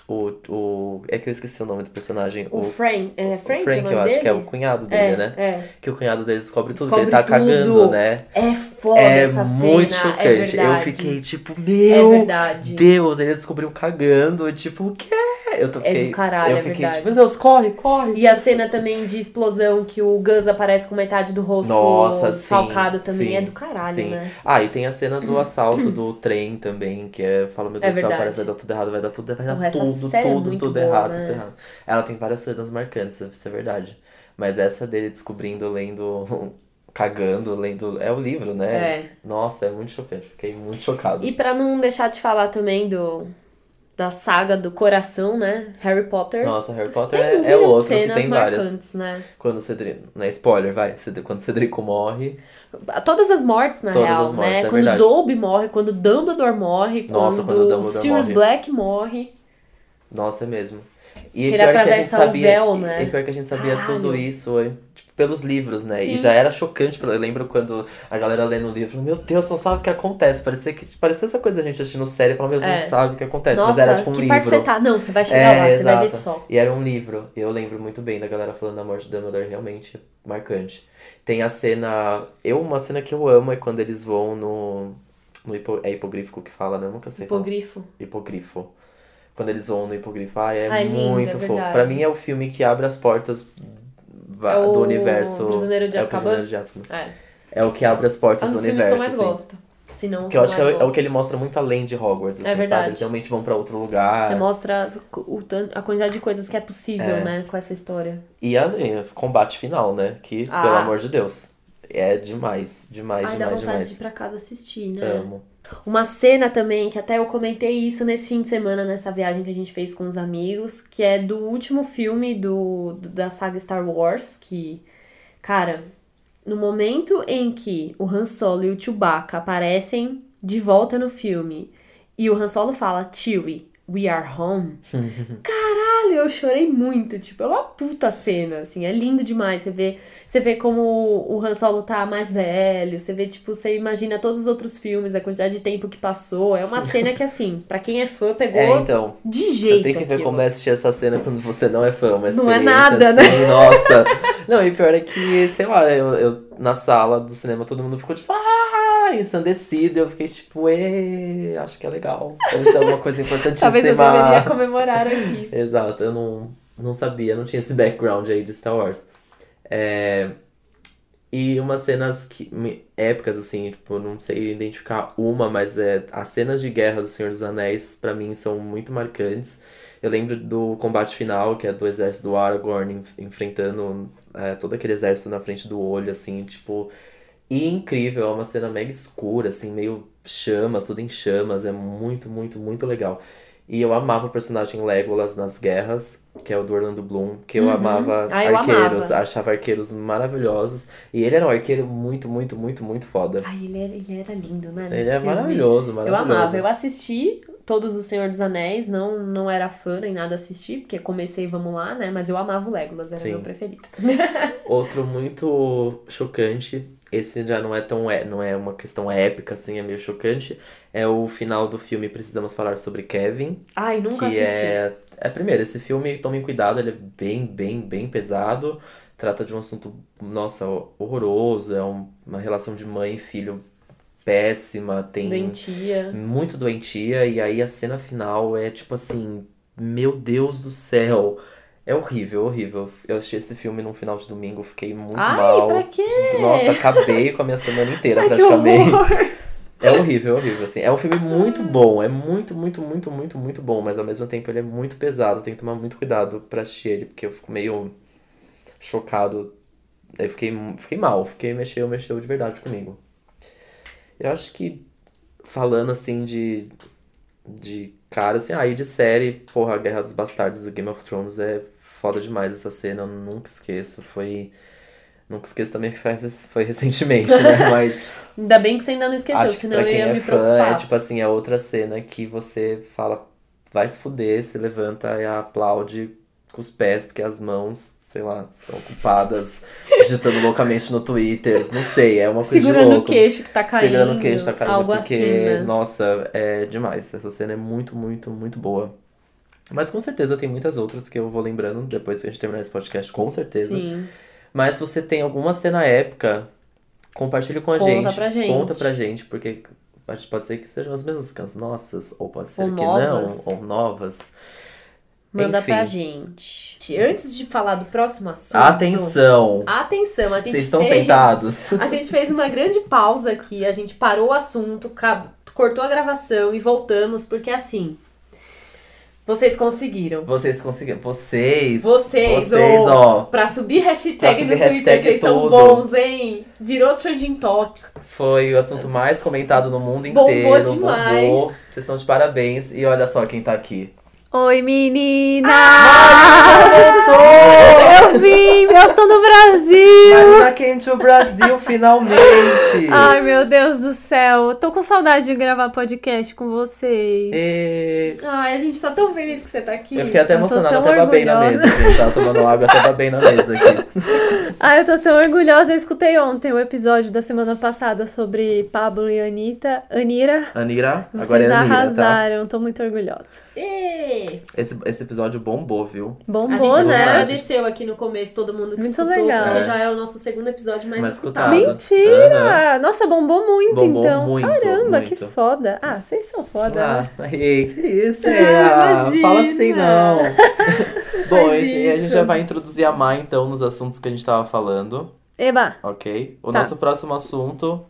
Speaker 1: O, o, é que eu esqueci o nome do personagem.
Speaker 2: O, Frank, é
Speaker 1: o
Speaker 2: Frank,
Speaker 1: Frank,
Speaker 2: é o nome
Speaker 1: eu acho
Speaker 2: dele?
Speaker 1: que é o cunhado dele,
Speaker 2: é,
Speaker 1: né?
Speaker 2: é.
Speaker 1: Que o cunhado dele descobre tudo, que
Speaker 2: Descobre
Speaker 1: ele tá cagando,
Speaker 2: tudo.
Speaker 1: né?
Speaker 2: É foda
Speaker 1: É
Speaker 2: essa
Speaker 1: muito
Speaker 2: cena,
Speaker 1: chocante.
Speaker 2: é verdade.
Speaker 1: Eu fiquei tipo,
Speaker 2: É
Speaker 1: meu
Speaker 2: verdade.
Speaker 1: Deus, ele descobriu cagando, tipo, o quê? Eu tô,
Speaker 2: É do
Speaker 1: fiquei,
Speaker 2: caralho,
Speaker 1: eu
Speaker 2: é
Speaker 1: fiquei
Speaker 2: verdade.
Speaker 1: tipo, meu Deus, corre, corre.
Speaker 2: E a cena também de explosão que o Gus aparece com metade do rosto
Speaker 1: Nossa, sim,
Speaker 2: desfalcado também
Speaker 1: sim,
Speaker 2: é do caralho,
Speaker 1: sim.
Speaker 2: né?
Speaker 1: Ah, e tem a cena do assalto do trem também, que é, fala, meu
Speaker 2: É
Speaker 1: Deus do céu,
Speaker 2: verdade.
Speaker 1: parece que vai dar tudo errado, vai dar tudo, vai dar
Speaker 2: Porra, essa
Speaker 1: tudo,
Speaker 2: série é
Speaker 1: tudo,
Speaker 2: muito
Speaker 1: tudo
Speaker 2: boa,
Speaker 1: errado,
Speaker 2: né?
Speaker 1: tudo errado. Ela tem várias cenas marcantes, isso é verdade. Mas essa dele descobrindo, lendo, cagando, lendo, é o livro, né?
Speaker 2: É.
Speaker 1: Nossa, é muito chocante, fiquei muito chocado.
Speaker 2: E pra não deixar de falar também do da saga do coração, né? Harry Potter.
Speaker 1: Nossa, Harry Potter
Speaker 2: Tem um
Speaker 1: é, é
Speaker 2: milhão de
Speaker 1: outro que
Speaker 2: cenas
Speaker 1: tem várias.
Speaker 2: marcantes, né?
Speaker 1: Quando o Cedrico. Não é spoiler, vai. Ced- Quando o Cedrico morre.
Speaker 2: Todas as mortes, na
Speaker 1: Todas
Speaker 2: real,
Speaker 1: as mortes,
Speaker 2: né?
Speaker 1: é
Speaker 2: quando
Speaker 1: verdade.
Speaker 2: Dolby morre, quando Dumbledore morre,
Speaker 1: Nossa,
Speaker 2: quando,
Speaker 1: quando o Dumbledore
Speaker 2: Sirius
Speaker 1: morre.
Speaker 2: Black morre.
Speaker 1: Nossa, é mesmo. E
Speaker 2: Ele
Speaker 1: pior que a gente
Speaker 2: atravessa o
Speaker 1: sabia,
Speaker 2: véu, né?
Speaker 1: E é pior que a gente sabia
Speaker 2: Caralho.
Speaker 1: tudo isso eh, tipo, pelos livros, né? E
Speaker 2: Sim.
Speaker 1: já era chocante. pra- Eu lembro quando a galera lendo o livro, meu Deus, não sabe o que acontece. Parecia, que, tipo, parecia essa coisa da gente assistindo série e falando, meu, você
Speaker 2: É.
Speaker 1: não sabe o que acontece.
Speaker 2: Nossa,
Speaker 1: Mas era tipo um
Speaker 2: que
Speaker 1: livro.
Speaker 2: parte você tá? Não, você vai chegar
Speaker 1: É,
Speaker 2: lá, você vai ver
Speaker 1: exato.
Speaker 2: só.
Speaker 1: E era um livro. Eu lembro muito bem da galera falando da morte do Dumbledore, realmente marcante. Tem a cena. Eu, uma cena que eu amo é quando eles vão no. no hipo- é hipogrífico que fala, né? Eu nunca sei. falar.
Speaker 2: Hipogrifo.
Speaker 1: Hipogrifo. Quando eles vão no hipogrifo. Ah, é
Speaker 2: Ah, é lindo,
Speaker 1: muito
Speaker 2: é
Speaker 1: fofo.
Speaker 2: verdade.
Speaker 1: Pra mim é o filme que abre as portas va-
Speaker 2: É
Speaker 1: do
Speaker 2: o
Speaker 1: universo.
Speaker 2: Prisioneiro de
Speaker 1: é o
Speaker 2: Azkaban?
Speaker 1: Prisioneiro de Azkaban.
Speaker 2: É.
Speaker 1: É o que abre as portas
Speaker 2: É um
Speaker 1: do
Speaker 2: dos filmes que eu
Speaker 1: universo.
Speaker 2: mais
Speaker 1: assim.
Speaker 2: gosto. Se não,
Speaker 1: Porque eu acho que é,
Speaker 2: mais
Speaker 1: o- é o
Speaker 2: gosto. É
Speaker 1: que ele mostra muito além de Hogwarts, assim, sabe?
Speaker 2: verdade.
Speaker 1: Eles realmente vão pra outro lugar.
Speaker 2: Você mostra o tan- a quantidade de coisas que é possível,
Speaker 1: É.
Speaker 2: né, com essa história.
Speaker 1: E a, e o combate final, né? Que,
Speaker 2: Ah.
Speaker 1: pelo amor de Deus, é demais, demais,
Speaker 2: Ai, dá
Speaker 1: demais,
Speaker 2: vontade
Speaker 1: demais.
Speaker 2: de ir pra casa assistir, né?
Speaker 1: Amo.
Speaker 2: Uma cena também, que até eu comentei isso nesse fim de semana, nessa viagem que a gente fez com os amigos, que é do último filme do, do- da saga Star Wars, que, cara, no momento em que o Han Solo e o Chewbacca aparecem de volta no filme, e o Han Solo fala, Chewie, we are home. Caralho, eu chorei muito, tipo, é uma puta cena, assim, é lindo demais, você vê... Você vê como o Han Solo tá mais velho, você vê, tipo, você imagina todos os outros filmes, a quantidade de tempo que passou. É uma cena que, assim, pra quem é fã, pegou
Speaker 1: É, então,
Speaker 2: de jeito
Speaker 1: você tem que ver
Speaker 2: aquilo.
Speaker 1: como é assistir essa cena quando você não é fã, mas
Speaker 2: Não é nada, né?
Speaker 1: Nossa. Não, e o pior é que, sei lá, eu, eu na sala do cinema todo mundo ficou tipo, ah, ensandecido. Eu fiquei tipo, "Ê, acho que é legal. Deve ser alguma coisa importantíssima.
Speaker 2: Talvez eu deveria comemorar aqui.
Speaker 1: Exato, eu não, não sabia, não tinha esse background aí de Star Wars. É, E umas cenas que, me- épicas, assim, tipo, eu não sei identificar uma, mas é, as cenas de guerra do Senhor dos Anéis, pra mim, são muito marcantes. Eu lembro do combate final, que é do exército do Aragorn enf- enfrentando é, todo aquele exército na frente do olho, assim, tipo. E incrível, é uma cena mega escura, assim, meio chamas, tudo em chamas, é muito, muito, muito legal. E eu amava o personagem Legolas nas guerras. que é o do Orlando Bloom, que eu
Speaker 2: Uhum.
Speaker 1: amava
Speaker 2: Ah, eu
Speaker 1: arqueiros,
Speaker 2: amava.
Speaker 1: achava arqueiros maravilhosos. E ele era um arqueiro muito, muito, muito, muito foda.
Speaker 2: Ai, ele era, ele era lindo, né?
Speaker 1: Ele
Speaker 2: Nesse
Speaker 1: é
Speaker 2: filme.
Speaker 1: maravilhoso,
Speaker 2: Ah, Eu
Speaker 1: maravilhoso.
Speaker 2: amava, eu assisti todos os Senhor dos Anéis, não, não era fã nem nada assistir, porque comecei, vamos lá, né? Mas eu amava o Legolas, era
Speaker 1: Sim.
Speaker 2: meu preferido.
Speaker 1: Outro muito chocante, esse já não é tão é, não é uma questão épica assim, é meio chocante, é o final do filme Precisamos Falar sobre Kevin,
Speaker 2: Ai, nunca
Speaker 1: que
Speaker 2: assisti.
Speaker 1: é é primeiro, esse filme, tomem cuidado, ele é bem, bem, bem pesado. Trata de um assunto, nossa, horroroso, é um- uma relação de mãe e filho péssima, tem
Speaker 2: Doentia.
Speaker 1: muito doentia, e aí a cena final é tipo assim, meu Deus do céu. É horrível, horrível. Eu assisti esse filme num final de domingo, fiquei muito
Speaker 2: Ai,
Speaker 1: mal.
Speaker 2: pra quê?
Speaker 1: Nossa, acabei com a minha semana inteira
Speaker 2: Ai, que
Speaker 1: praticamente.
Speaker 2: horror!
Speaker 1: É horrível, é horrível, assim. É um filme muito bom, é muito, muito, muito, muito, muito bom, mas ao mesmo tempo ele é muito pesado, tem que tomar muito cuidado pra assistir ele, porque eu fico meio chocado. Eu fiquei, fiquei mal, fiquei mexeu, mexeu de verdade comigo. Eu acho que falando assim de de cara assim, aí de série, porra, Guerra dos Bastardos do Game of Thrones é foda demais essa cena, eu nunca esqueço, foi Nunca esqueço também que foi, foi recentemente, né? Mas
Speaker 2: Ainda bem que você ainda não esqueceu,
Speaker 1: Acho que
Speaker 2: senão
Speaker 1: pra
Speaker 2: eu
Speaker 1: quem
Speaker 2: ia
Speaker 1: é
Speaker 2: me
Speaker 1: fã,
Speaker 2: preocupar.
Speaker 1: é tipo assim, é outra cena que você fala, vai se fuder, se levanta e aplaude com os pés, porque as mãos, sei lá, estão ocupadas, digitando loucamente no Twitter, não sei, é uma coisa de
Speaker 2: Segurando o
Speaker 1: louco.
Speaker 2: queixo que tá caindo.
Speaker 1: Segurando o queixo, tá caindo,
Speaker 2: Algo
Speaker 1: porque,
Speaker 2: assim, né?
Speaker 1: nossa, é demais, essa cena é muito, muito, muito boa. Mas com certeza tem muitas outras que eu vou lembrando depois que a gente terminar esse podcast, com certeza.
Speaker 2: Sim.
Speaker 1: Mas se você tem alguma cena épica, compartilhe com a
Speaker 2: Conta
Speaker 1: gente.
Speaker 2: pra gente.
Speaker 1: Conta pra gente, porque pode pode ser que sejam as mesmas que as nossas, ou pode ser
Speaker 2: Ou
Speaker 1: que
Speaker 2: novas.
Speaker 1: não, ou novas.
Speaker 2: Manda
Speaker 1: Enfim.
Speaker 2: pra gente. Antes de falar do próximo assunto.
Speaker 1: Atenção!
Speaker 2: Atenção, a gente
Speaker 1: Vocês estão
Speaker 2: fez-
Speaker 1: sentados.
Speaker 2: A gente fez uma grande pausa aqui, a gente parou o assunto, cab- cortou a gravação e voltamos, porque assim. Vocês conseguiram.
Speaker 1: Vocês conseguiram. Vocês.
Speaker 2: Vocês,
Speaker 1: Vocês,
Speaker 2: ô.
Speaker 1: ó.
Speaker 2: Pra subir hashtag
Speaker 1: Pra subir
Speaker 2: no Twitter,
Speaker 1: hashtag
Speaker 2: vocês são
Speaker 1: tudo.
Speaker 2: bons, hein? Virou trending topics.
Speaker 1: Foi o assunto mais comentado no mundo
Speaker 2: Bombou
Speaker 1: inteiro.
Speaker 2: demais.
Speaker 1: bombou. Vocês estão de parabéns. E olha só quem tá aqui.
Speaker 4: Oi, menina!
Speaker 1: Estou!
Speaker 3: Ah,
Speaker 4: Eu vim, eu tô no Brasil!
Speaker 1: Marina Quente, o Brasil, finalmente!
Speaker 4: Ai, meu Deus do céu, eu tô com saudade de gravar podcast com vocês.
Speaker 1: E...
Speaker 2: Ai, a gente tá tão feliz que você tá aqui.
Speaker 1: Eu fiquei até
Speaker 4: eu tô
Speaker 1: emocionada,
Speaker 4: tão
Speaker 1: até babei na mesa, gente. Tava tomando água, até babei na mesa aqui.
Speaker 4: Ai, Ah, eu tô tão orgulhosa. Eu escutei ontem o episódio da semana passada sobre Pablo e Anitta. Anira,
Speaker 1: Anira, agora
Speaker 4: vocês
Speaker 1: é Anira, tá?
Speaker 4: arrasaram, tô muito orgulhosa.
Speaker 2: Ê!
Speaker 1: Esse, esse episódio bombou, viu?
Speaker 2: A
Speaker 4: Bombou,
Speaker 2: gente
Speaker 1: né?
Speaker 2: agradeceu aqui no começo todo mundo que
Speaker 4: Muito
Speaker 2: escutou,
Speaker 4: legal.
Speaker 2: porque
Speaker 1: É.
Speaker 2: já é o nosso segundo episódio mais,
Speaker 1: Mais
Speaker 2: escutado.
Speaker 1: escutado.
Speaker 4: Mentira! Nossa, bombou muito
Speaker 1: Tá. Bombou
Speaker 4: então.
Speaker 1: muito,
Speaker 4: Caramba, que
Speaker 1: muito.
Speaker 4: foda. Ah, vocês são foda. né?
Speaker 1: Ah, aí, que isso,
Speaker 2: Ah,
Speaker 1: ah, Fala assim, não. Bom,
Speaker 2: faz
Speaker 1: e, e a gente
Speaker 2: isso.
Speaker 1: já vai introduzir a Má, então, nos assuntos que a gente tava falando,
Speaker 4: Eba!
Speaker 1: ok? O
Speaker 4: Tá.
Speaker 1: nosso próximo assunto,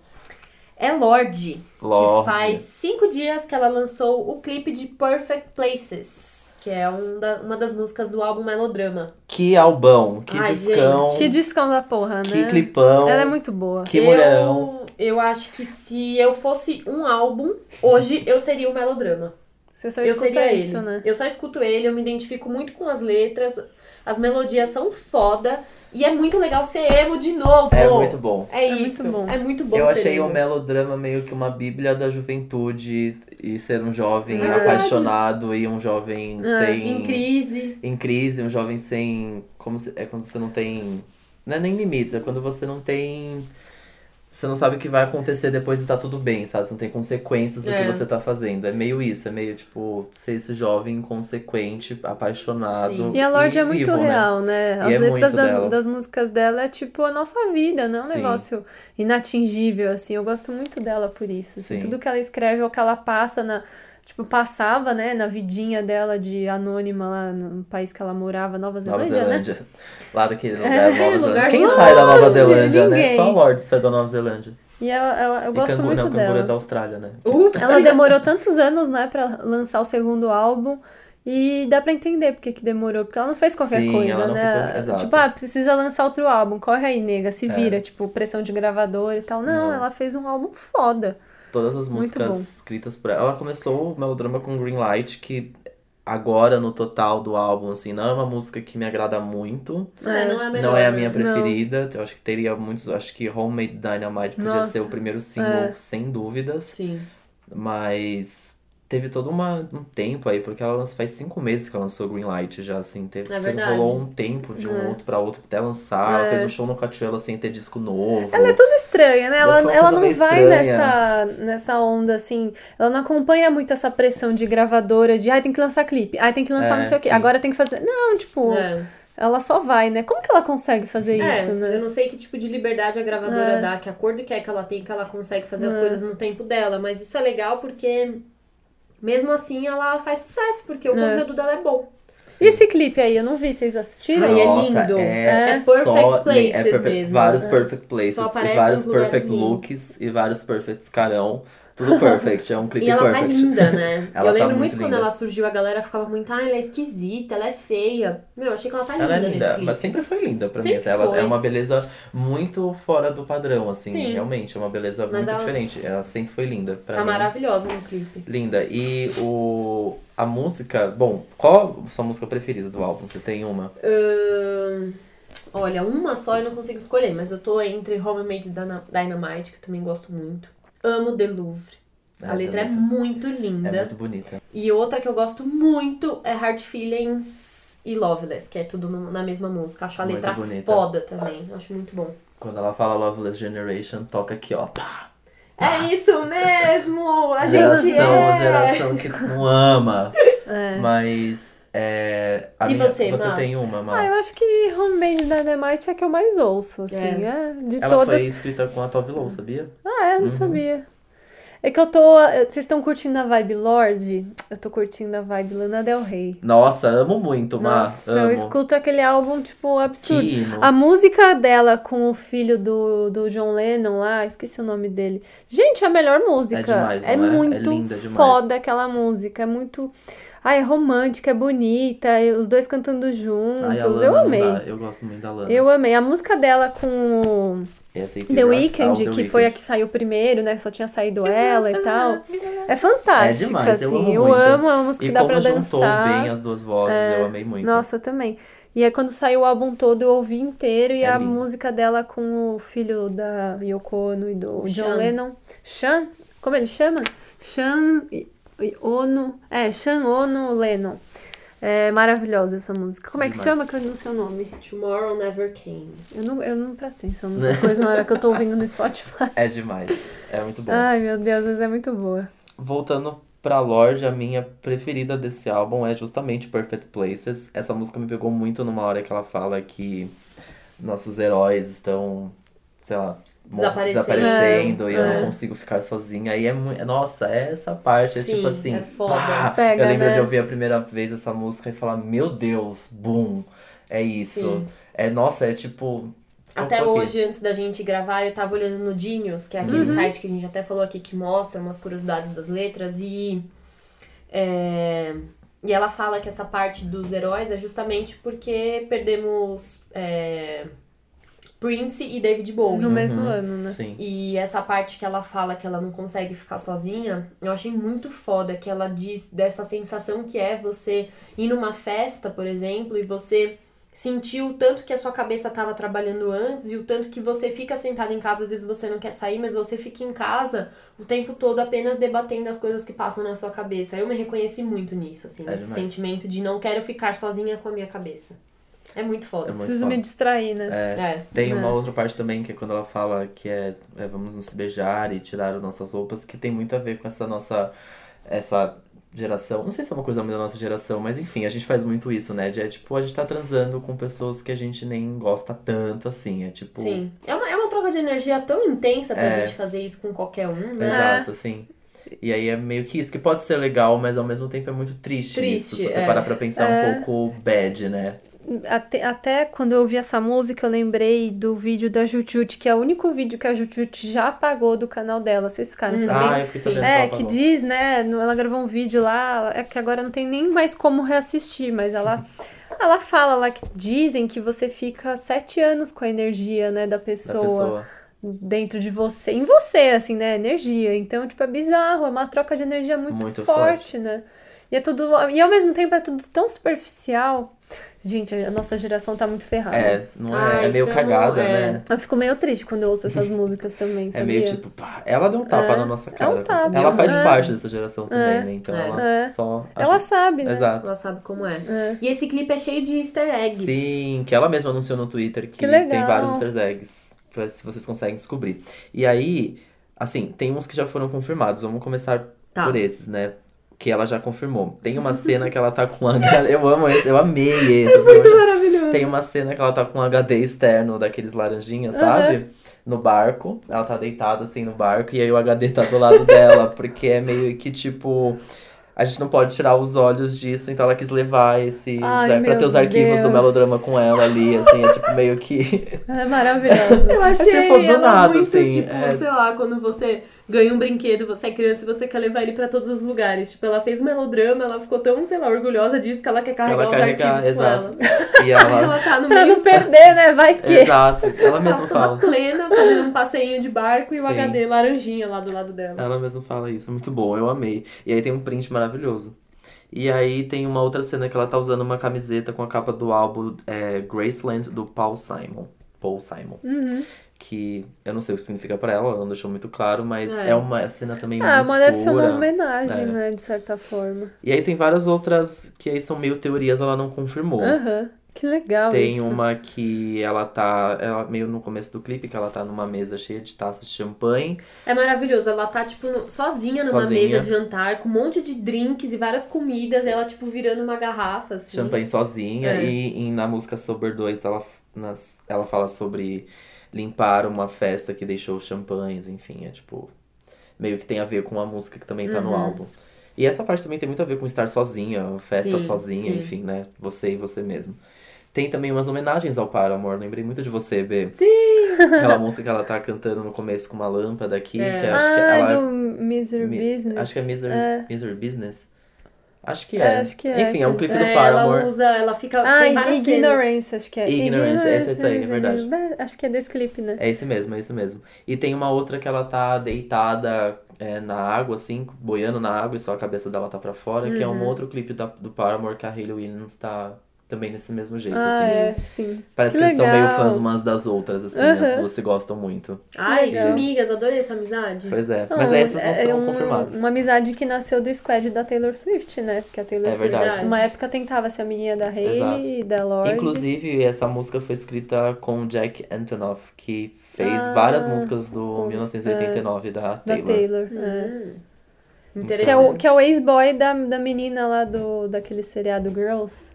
Speaker 2: É Lorde,
Speaker 1: Lorde.
Speaker 2: que faz cinco dias que ela lançou o clipe de Perfect Places, que é um da- uma das músicas do álbum Melodrama.
Speaker 1: Que albão, que
Speaker 2: Ai,
Speaker 1: discão,
Speaker 4: Que discão da porra,
Speaker 1: que
Speaker 4: né?
Speaker 1: clipão.
Speaker 4: Ela é muito boa.
Speaker 1: Que
Speaker 2: eu,
Speaker 1: mulherão.
Speaker 2: Eu acho que se eu fosse um álbum, hoje eu seria o Melodrama.
Speaker 4: Você só
Speaker 2: Eu seria
Speaker 4: escuta
Speaker 2: ele.
Speaker 4: isso, né?
Speaker 2: Eu só escuto ele, eu me identifico muito com as letras, as melodias são foda e é muito legal ser emo de novo.
Speaker 1: É muito bom.
Speaker 2: É,
Speaker 4: É muito
Speaker 2: isso.
Speaker 4: bom.
Speaker 2: É muito bom
Speaker 1: Eu
Speaker 2: ser
Speaker 1: achei
Speaker 2: emo.
Speaker 1: o melodrama meio que uma bíblia da juventude e ser um jovem
Speaker 2: Verdade. Ah,
Speaker 1: apaixonado e um jovem
Speaker 4: É,
Speaker 1: sem.
Speaker 2: Em crise.
Speaker 1: em crise, um jovem sem. Como se- é quando você não tem. Não é nem limites, é quando você não tem. Você não sabe o que vai acontecer depois e tá tudo bem, sabe? Você não tem consequências do
Speaker 2: É.
Speaker 1: que você tá fazendo. É meio isso, é meio tipo ser esse jovem inconsequente, apaixonado.
Speaker 2: Sim.
Speaker 4: E a Lorde é muito
Speaker 1: vivo, né?
Speaker 4: real, né?
Speaker 1: E
Speaker 4: As
Speaker 1: é
Speaker 4: letras
Speaker 1: muito
Speaker 4: das,
Speaker 1: dela.
Speaker 4: das músicas dela é tipo a nossa vida, não é um
Speaker 1: Sim.
Speaker 4: negócio inatingível, assim. Eu gosto muito dela por isso. assim.
Speaker 1: Sim.
Speaker 4: Tudo que ela escreve ou que ela passa na. Tipo, passava, né, na vidinha dela de anônima lá no país que ela morava, Nova
Speaker 1: Nova
Speaker 4: Zelândia, né? É,
Speaker 1: Zelândia. Lá daquele lugar, é Nova Zelândia.
Speaker 2: lugar
Speaker 1: Quem
Speaker 2: longe,
Speaker 1: sai da Nova Zelândia, né?
Speaker 4: ninguém.
Speaker 1: Só a Lorde sai da Nova Zelândia.
Speaker 4: E eu, eu, eu gosto
Speaker 1: e canguru,
Speaker 4: muito
Speaker 1: não, canguru
Speaker 4: dela.
Speaker 1: é da Austrália, né?
Speaker 2: Ups.
Speaker 4: Ela demorou tantos anos, né, pra lançar o segundo álbum. E dá pra entender porque que demorou, porque ela não fez qualquer
Speaker 1: Sim,
Speaker 4: coisa,
Speaker 1: ela não
Speaker 4: né?
Speaker 1: fez- exato. É.
Speaker 4: Tipo, ah, precisa lançar outro álbum, corre aí, nega, se vira, tipo, pressão de gravador e tal. Não,
Speaker 1: Não.
Speaker 4: ela fez um álbum foda.
Speaker 1: Todas as
Speaker 4: Muito
Speaker 1: músicas
Speaker 4: bom.
Speaker 1: escritas por ela. Ela começou o melodrama com Green Light, que agora no total do álbum, assim, não é uma música que me agrada muito.
Speaker 2: É, não é a melhor.
Speaker 1: Não é a minha
Speaker 4: Não.
Speaker 1: preferida. Eu acho que teria muitos. Acho que Homemade Dynamite podia
Speaker 4: Nossa,
Speaker 1: ser o primeiro single,
Speaker 4: é.
Speaker 1: sem dúvidas.
Speaker 2: Sim.
Speaker 1: Mas teve todo uma, um tempo aí, porque ela lança, faz cinco meses que ela lançou Green Light já, assim. Teve,
Speaker 2: É
Speaker 1: teve-
Speaker 2: verdade. Uhum.
Speaker 1: rolou um tempo de um
Speaker 4: É.
Speaker 1: outro pra outro até lançar. Ela
Speaker 4: É.
Speaker 1: fez um show no Coachella sem ter disco novo.
Speaker 4: Ela é toda estranha, né?
Speaker 1: Ela foi
Speaker 4: Ela,
Speaker 1: uma
Speaker 4: ela
Speaker 1: coisa
Speaker 4: não
Speaker 1: meio
Speaker 4: vai
Speaker 1: estranha.
Speaker 4: nessa, nessa onda, assim. Ela não acompanha muito essa pressão de gravadora de ai, tem que lançar clipe, ai, tem que lançar
Speaker 1: É,
Speaker 4: não sei o quê,
Speaker 1: sim.
Speaker 4: agora tem que fazer. Não, tipo,
Speaker 2: É.
Speaker 4: ela só vai, né? Como que ela consegue fazer
Speaker 2: É,
Speaker 4: isso, né?
Speaker 2: eu não sei que tipo de liberdade a gravadora
Speaker 4: É.
Speaker 2: dá, que acordo que é que ela tem, que ela consegue fazer as
Speaker 4: É.
Speaker 2: coisas no tempo dela, mas isso é legal porque mesmo assim ela faz sucesso, porque o
Speaker 4: É.
Speaker 2: conteúdo dela é bom.
Speaker 4: E esse clipe aí? Eu não vi, vocês assistiram?
Speaker 2: Ai, é
Speaker 1: Nossa,
Speaker 2: lindo.
Speaker 1: É,
Speaker 2: É Perfect
Speaker 1: só,
Speaker 2: Places
Speaker 1: é perfect-
Speaker 2: mesmo.
Speaker 1: Vários
Speaker 2: É.
Speaker 1: perfect places
Speaker 2: Só
Speaker 1: e
Speaker 2: aparecem
Speaker 1: vários
Speaker 2: uns lugares
Speaker 1: perfect
Speaker 2: lindos.
Speaker 1: looks e vários perfects carão. Tudo perfect, é um clipe
Speaker 2: E ela
Speaker 1: perfect.
Speaker 2: tá linda, né?
Speaker 1: Ela tá
Speaker 2: eu lembro muito,
Speaker 1: muito
Speaker 2: quando
Speaker 1: linda.
Speaker 2: ela surgiu, a galera ficava muito, ah, ela é esquisita, ela é feia. Meu, eu achei que ela tá
Speaker 1: Ela é
Speaker 2: linda, nesse
Speaker 1: linda,
Speaker 2: clipe.
Speaker 1: mas sempre foi linda pra mim.
Speaker 2: Sempre
Speaker 1: assim, Ela
Speaker 2: foi.
Speaker 1: é uma beleza muito fora do padrão, assim,
Speaker 2: Sim.
Speaker 1: realmente. É uma beleza
Speaker 2: Mas
Speaker 1: muito
Speaker 2: ela-
Speaker 1: diferente. Ela sempre foi linda pra
Speaker 2: Tá
Speaker 1: mim.
Speaker 2: maravilhosa no clipe.
Speaker 1: Linda. E o a música, bom, qual a sua música preferida do álbum? Você tem uma?
Speaker 2: Ahn, olha, uma só eu não consigo escolher, mas eu tô entre Homemade Dyna- Dynamite, que eu também gosto muito. Amo The Louvre.
Speaker 1: Ah,
Speaker 2: a letra é
Speaker 1: Dança.
Speaker 2: muito
Speaker 1: é
Speaker 2: linda.
Speaker 1: muito bonita.
Speaker 2: E outra que eu gosto muito é Hard Feelings e Loveless, que é tudo no- na mesma música. Acho a
Speaker 1: Muito
Speaker 2: letra
Speaker 1: bonita.
Speaker 2: foda também. Acho muito bom.
Speaker 1: Quando ela fala Loveless Generation, toca aqui, ó. Pá!
Speaker 2: É isso mesmo! A gente
Speaker 1: Ah. geração,
Speaker 2: é!
Speaker 1: geração que não ama.
Speaker 4: É.
Speaker 1: Mas é. a
Speaker 2: E você,
Speaker 1: você
Speaker 2: Má?
Speaker 1: tem uma, Má?
Speaker 4: Ah, eu acho que Homemade Dynamite é a que eu mais ouço, assim, é. De
Speaker 1: Ela
Speaker 4: todas.
Speaker 1: foi escrita com a Tove Lo, sabia?
Speaker 4: Ah, é? Não
Speaker 1: Uhum.
Speaker 4: sabia. É que eu tô. Vocês estão curtindo a vibe Lorde? Eu tô curtindo a vibe Lana Del Rey.
Speaker 1: Nossa, amo muito, Má.
Speaker 4: Nossa,
Speaker 1: amo.
Speaker 4: eu escuto aquele álbum, tipo,
Speaker 1: Que
Speaker 4: absurdo.
Speaker 1: hino.
Speaker 4: A música dela com o filho do, do John Lennon lá, esqueci o nome dele. Gente, é a melhor música.
Speaker 1: É demais, não é? É
Speaker 4: muito
Speaker 1: linda demais.
Speaker 4: foda aquela música. É muito. Ai, é romântica, é bonita. e Os dois cantando
Speaker 1: Ai, a
Speaker 4: juntos.
Speaker 1: Lana
Speaker 4: eu
Speaker 1: não
Speaker 4: amei.
Speaker 1: dá, Eu gosto muito da Lana.
Speaker 4: Eu amei. A música dela com o
Speaker 1: Essa aí,
Speaker 4: The
Speaker 1: Rock-
Speaker 4: Weeknd,
Speaker 1: Ah, o The
Speaker 4: que foi a
Speaker 1: Weeknd.
Speaker 4: que saiu primeiro, né? Só tinha saído ela e tal. É fantástica,
Speaker 1: É demais, eu
Speaker 4: assim.
Speaker 1: amo
Speaker 4: eu
Speaker 1: muito.
Speaker 4: amo, é uma música
Speaker 1: E
Speaker 4: que dá
Speaker 1: como
Speaker 4: pra
Speaker 1: juntou
Speaker 4: dançar. É.
Speaker 1: bem as duas vozes, eu amei muito.
Speaker 4: Nossa, eu também. E aí quando saiu o álbum todo, eu ouvi inteiro e
Speaker 1: É
Speaker 4: a
Speaker 1: lindo.
Speaker 4: música dela com o filho da Yoko Ono e do John
Speaker 2: Sean.
Speaker 4: Lennon. Sean? Como ele chama? Sean e- e Ono. É, Sean Ono Lennon. É maravilhosa essa música. Como é que
Speaker 1: Demais.
Speaker 4: chama que eu não sei o nome?
Speaker 2: Tomorrow Never Came.
Speaker 4: Eu não, eu não presto atenção nessas coisas na hora que eu tô ouvindo no Spotify.
Speaker 1: É demais. É muito bom.
Speaker 2: Ah.
Speaker 4: Ai, meu Deus, mas é muito boa.
Speaker 1: Voltando pra Lorde, a minha preferida desse álbum é justamente Perfect Places. Essa música me pegou muito numa hora que ela fala que nossos heróis estão, sei lá, mor-
Speaker 2: Desaparecendo.
Speaker 1: desaparecendo e eu
Speaker 4: É.
Speaker 1: não consigo ficar sozinha. Aí é muito. Nossa, essa parte é
Speaker 2: Sim,
Speaker 1: tipo assim.
Speaker 2: é foda.
Speaker 1: pá!
Speaker 4: Pega,
Speaker 1: eu lembro
Speaker 4: né?
Speaker 1: de ouvir a primeira vez essa música e falar: Meu Deus, boom! É isso.
Speaker 2: Sim.
Speaker 1: É, nossa, é tipo.
Speaker 2: Até
Speaker 1: tocou aqui.
Speaker 2: hoje, antes da gente gravar, eu tava olhando no Genius, que é aquele site que a gente até falou aqui que mostra umas curiosidades das letras e. é, E ela fala que essa parte dos heróis é justamente porque perdemos é, Prince e David Bowie.
Speaker 4: No mesmo
Speaker 1: Uhum.
Speaker 4: ano, né?
Speaker 1: Sim.
Speaker 2: E essa parte que ela fala que ela não consegue ficar sozinha, eu achei muito foda que ela diz dessa sensação que é você ir numa festa, por exemplo, e você sentir o tanto que a sua cabeça estava trabalhando antes e o tanto que você fica sentado em casa, às vezes você não quer sair, mas você fica em casa o tempo todo apenas debatendo as coisas que passam na sua cabeça. Eu me reconheci muito nisso, assim,
Speaker 1: É
Speaker 2: nesse
Speaker 1: demais.
Speaker 2: sentimento de não quero ficar sozinha com a minha cabeça. É muito
Speaker 1: É
Speaker 2: foda.
Speaker 1: muito
Speaker 4: Preciso
Speaker 1: foda.
Speaker 4: me distrair, né?
Speaker 1: É.
Speaker 2: É.
Speaker 1: Tem uma
Speaker 4: É.
Speaker 1: outra parte também que é quando ela fala que é, é vamos nos beijar e tirar as nossas roupas, que tem muito a ver com essa nossa essa geração. Não sei se é uma coisa muito da nossa geração, mas enfim, a gente faz muito isso, né? De, é tipo, a gente tá transando com pessoas que a gente nem gosta tanto assim. É tipo.
Speaker 2: Sim. É uma, é uma troca de energia tão intensa pra
Speaker 1: É.
Speaker 2: gente fazer isso com qualquer um, né?
Speaker 1: Exato, assim. E aí é meio que isso, que pode ser legal, mas ao mesmo tempo é muito triste,
Speaker 2: Triste,
Speaker 1: isso. Se você
Speaker 2: é.
Speaker 1: parar pra pensar
Speaker 4: É.
Speaker 1: um pouco bad, né?
Speaker 4: Até, até quando eu ouvi essa música, eu lembrei do vídeo da Jujut, que é o único vídeo que a Jujut já apagou do canal dela. Vocês ficaram
Speaker 2: Hum.
Speaker 4: sabendo?
Speaker 1: Ah, eu fiquei
Speaker 2: Sim.
Speaker 1: sabendo
Speaker 4: É,
Speaker 1: ela
Speaker 4: que
Speaker 1: falou.
Speaker 4: diz, né? no- Ela gravou um vídeo lá, é que agora não tem nem mais como reassistir, mas ela, ela fala lá que dizem que você fica sete anos com a energia, né, da
Speaker 1: da
Speaker 4: pessoa,
Speaker 1: pessoa.
Speaker 4: dentro de você, em você, assim, né? Energia. Então, tipo, é bizarro, é uma troca de energia muito,
Speaker 1: Muito
Speaker 4: forte, né? E E é tudo. E ao mesmo tempo é tudo tão superficial. Gente, a nossa geração tá muito ferrada.
Speaker 1: É, não é,
Speaker 2: Ah,
Speaker 1: é meio
Speaker 2: então,
Speaker 1: cagada,
Speaker 2: é.
Speaker 1: né?
Speaker 4: Eu fico meio triste quando eu ouço essas músicas também,
Speaker 1: É
Speaker 4: sabia?
Speaker 1: meio tipo, pá, ela deu um tapa
Speaker 4: É,
Speaker 1: na nossa
Speaker 4: é um
Speaker 1: cara.
Speaker 4: tapa,
Speaker 1: ela faz
Speaker 4: é.
Speaker 1: parte dessa geração também,
Speaker 4: É,
Speaker 1: né? Então
Speaker 2: é.
Speaker 1: ela
Speaker 4: É.
Speaker 1: só.
Speaker 4: Ela sabe, né?
Speaker 1: Exato.
Speaker 2: Ela sabe como é.
Speaker 4: É.
Speaker 2: E esse clipe é cheio de easter eggs.
Speaker 1: Sim, que ela mesma anunciou no Twitter que,
Speaker 4: Que legal.
Speaker 1: tem vários easter eggs, pra se vocês conseguem descobrir. E aí, assim, tem uns que já foram confirmados. Vamos começar
Speaker 2: Tá.
Speaker 1: por esses, né? Que ela já confirmou. Tem uma cena que ela tá com HD. Eu amo esse, eu amei
Speaker 4: É
Speaker 1: esse. Muito
Speaker 2: Maravilhoso.
Speaker 1: Tem uma cena que ela tá com um HD externo daqueles laranjinhas, sabe? No barco. Ela tá deitada assim no barco e aí o HD tá do lado dela, porque é meio que tipo. A gente não pode tirar os olhos disso, então ela quis levar esses.
Speaker 4: Ai,
Speaker 1: ar- pra
Speaker 4: meu
Speaker 1: ter os arquivos do
Speaker 4: Deus.
Speaker 1: melodrama com ela ali, assim, é tipo meio que.
Speaker 4: Ela é maravilhosa.
Speaker 2: Eu achei
Speaker 1: tipo, do
Speaker 2: ela
Speaker 1: nada,
Speaker 2: muito,
Speaker 1: assim,
Speaker 2: tipo,
Speaker 1: é.
Speaker 2: sei lá, quando você ganha um brinquedo, você é criança e você quer levar ele pra todos os lugares. Tipo, ela fez um melodrama, ela ficou tão, sei lá, orgulhosa disso que ela quer carregar
Speaker 1: ela
Speaker 2: os
Speaker 1: carregar,
Speaker 2: arquivos
Speaker 1: exato.
Speaker 2: com ela.
Speaker 1: E
Speaker 2: Aí
Speaker 1: ela.
Speaker 2: ela tá no
Speaker 4: pra
Speaker 2: meio
Speaker 4: não perder, né? Vai que.
Speaker 1: Exato. Ela mesma
Speaker 2: ela tá
Speaker 1: fala.
Speaker 2: lá plena, fazendo um passeio de barco e o
Speaker 1: Sim.
Speaker 2: HD laranjinha lá do lado dela.
Speaker 1: Ela mesma fala isso, é muito bom, eu amei. E aí tem um print maravilhoso. E aí tem uma outra cena que ela tá usando uma camiseta com a capa do álbum é, Graceland do Paul Simon. Paul Simon.
Speaker 4: Uhum.
Speaker 1: Que eu não sei o que significa pra ela, ela não deixou muito claro, mas é,
Speaker 2: É.
Speaker 1: uma cena também
Speaker 4: Ah,
Speaker 1: muito
Speaker 4: mas deve ser uma
Speaker 1: escura.
Speaker 4: homenagem,
Speaker 1: É.
Speaker 4: né? De certa forma.
Speaker 1: E aí tem várias outras que aí são meio teorias, ela não confirmou.
Speaker 4: Aham. Que legal
Speaker 1: Tem
Speaker 4: Ah, isso.
Speaker 1: uma que ela tá. Ela, meio no começo do clipe, que ela tá numa mesa cheia de taças de champanhe.
Speaker 2: É maravilhoso, ela tá, tipo, no- sozinha numa
Speaker 1: Sozinha.
Speaker 2: mesa de jantar, com um monte de drinks e várias comidas, e ela, tipo, virando uma garrafa, assim.
Speaker 1: champanhe sozinha
Speaker 2: É.
Speaker 1: e, e na música Sober 2 ela, nas, ela fala sobre limpar uma festa que deixou os champanhes, enfim, é tipo meio que tem a ver com a música que também tá no
Speaker 2: Uhum.
Speaker 1: álbum. E essa parte também tem muito a ver com estar sozinha, festa
Speaker 2: Sim,
Speaker 1: sozinha,
Speaker 2: sim.
Speaker 1: enfim, né? Você e você mesmo. Tem também umas homenagens ao Paramore, lembrei muito de você, Bê.
Speaker 2: Sim!
Speaker 1: Aquela música que ela tá cantando no começo com uma lâmpada aqui,
Speaker 2: É.
Speaker 1: que eu acho que
Speaker 4: Ah,
Speaker 1: ela
Speaker 4: do Misery
Speaker 1: Mi-
Speaker 4: Business.
Speaker 1: acho que é Misery,
Speaker 4: É.
Speaker 1: Misery Business. Acho que
Speaker 4: É,
Speaker 1: é.
Speaker 4: acho que é,
Speaker 1: Enfim, é um clipe do
Speaker 2: É,
Speaker 1: Paramore.
Speaker 2: ela usa, ela fica.
Speaker 4: Ah,
Speaker 2: tem várias
Speaker 4: Ig- Ignorance, acho que é.
Speaker 1: Ignorance, essa- essa aí, é
Speaker 4: is a
Speaker 1: verdade.
Speaker 4: new- Acho que é desse clipe, né?
Speaker 1: É esse mesmo, é esse mesmo. E tem uma outra que ela tá deitada é, na água, assim, boiando na água e só a cabeça dela tá pra fora, que é um outro clipe da- do Paramore que a Hayley Williams tá também nesse mesmo jeito,
Speaker 4: Ah,
Speaker 1: assim.
Speaker 4: é, sim.
Speaker 1: Parece que,
Speaker 4: que
Speaker 1: eles são meio
Speaker 4: legal.
Speaker 1: fãs umas das outras, assim,
Speaker 4: Aham.
Speaker 1: as duas se gostam muito.
Speaker 2: Ai, que
Speaker 4: Legal.
Speaker 2: amigas, adorei essa amizade.
Speaker 1: Pois é, mas
Speaker 4: Ah,
Speaker 1: essas não
Speaker 4: é
Speaker 1: são
Speaker 4: um-
Speaker 1: confirmadas.
Speaker 4: Uma amizade que nasceu do squad da Taylor Swift, né? Porque a Taylor
Speaker 1: É
Speaker 4: Swift,
Speaker 1: verdade.
Speaker 4: numa época, tentava ser amiguinha da
Speaker 1: Exato.
Speaker 4: Hailey e da Lorde.
Speaker 1: Inclusive, essa música foi escrita com o Jack Antonoff, que fez
Speaker 4: Ah,
Speaker 1: várias músicas do
Speaker 4: com-
Speaker 1: 1989 da
Speaker 4: da
Speaker 1: Taylor.
Speaker 4: Taylor.
Speaker 2: Hum.
Speaker 4: é. Que é o,
Speaker 2: Interessante.
Speaker 4: que é o ex-boy da, da menina lá do, daquele seriado Girls.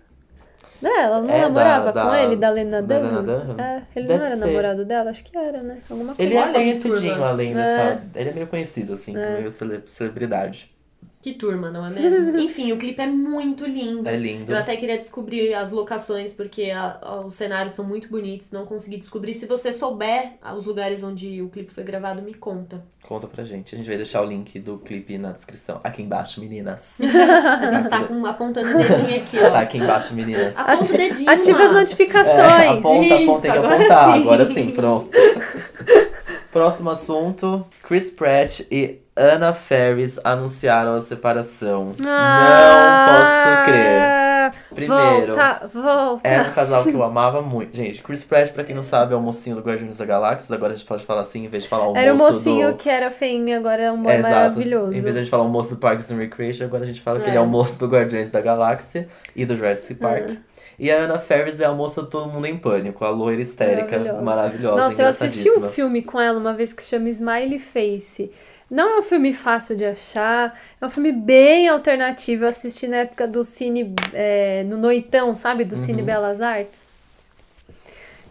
Speaker 4: É, ela não
Speaker 1: É, da-
Speaker 4: namorava
Speaker 1: da-
Speaker 4: com ele, da Lena
Speaker 1: da
Speaker 4: Dunham?
Speaker 1: Lena Dunham?
Speaker 4: É, ele
Speaker 1: Deve
Speaker 4: não era
Speaker 1: ser.
Speaker 4: namorado dela? Acho que era, né? Alguma coisa
Speaker 1: Ele é
Speaker 2: Olha que
Speaker 1: conhecidinho
Speaker 2: turma.
Speaker 1: além dessa. Ele é meio conhecido, assim, meio cele- celebridade.
Speaker 2: Que turma, não é mesmo? Enfim, o clipe é muito lindo.
Speaker 1: É lindo.
Speaker 2: Eu até queria descobrir as locações, porque a- a- os cenários são muito bonitos, não consegui descobrir. Se você souber ah, os lugares onde o clipe foi gravado, me conta.
Speaker 1: Conta pra gente. A gente vai deixar o link do clipe na descrição. Aqui embaixo, meninas.
Speaker 2: A gente tá com, apontando o dedinho aqui,
Speaker 1: Tá
Speaker 2: ó.
Speaker 1: aqui embaixo, meninas.
Speaker 2: Aponta o dedinho.
Speaker 4: Ativa as
Speaker 2: Marcos.
Speaker 1: É,
Speaker 4: notificações!
Speaker 1: aponta, aponta, tem que
Speaker 2: Isso, agora
Speaker 1: apontar.
Speaker 2: sim.
Speaker 1: Agora sim, pronto. Próximo assunto: Chris Pratt e Anna Ferris anunciaram a separação.
Speaker 2: Ah,
Speaker 1: Não posso crer. Primeiro.
Speaker 4: Ah, Volta, volta.
Speaker 1: Era um casal que eu amava muito. Gente, Chris Pratt, pra quem não sabe, é o mocinho do Guardiões da Galáxia. Agora a gente pode falar assim, em vez de falar o
Speaker 4: Era o
Speaker 1: moço
Speaker 4: mocinho
Speaker 1: do...
Speaker 4: que era feinho, agora é um boy maravilhoso.
Speaker 1: Em vez de a gente falar o moço do Parks and Recreation, agora a gente fala que
Speaker 2: É.
Speaker 1: ele é o moço do Guardiões da Galáxia e do
Speaker 4: É.
Speaker 1: Jurassic Park. E a Anna Ferris é a moça do Todo Mundo em Pânico, a loira histérica,
Speaker 4: Maravilhosa.
Speaker 1: maravilhosa,
Speaker 4: Nossa, eu assisti um
Speaker 1: engraçadíssima.
Speaker 4: filme com ela uma vez que chama Smiley Face. Não é um filme fácil de achar, é um filme bem alternativo. Eu assisti na época do Cine. é, no Noitão, sabe? Do Cine
Speaker 1: Uhum.
Speaker 4: Belas Artes.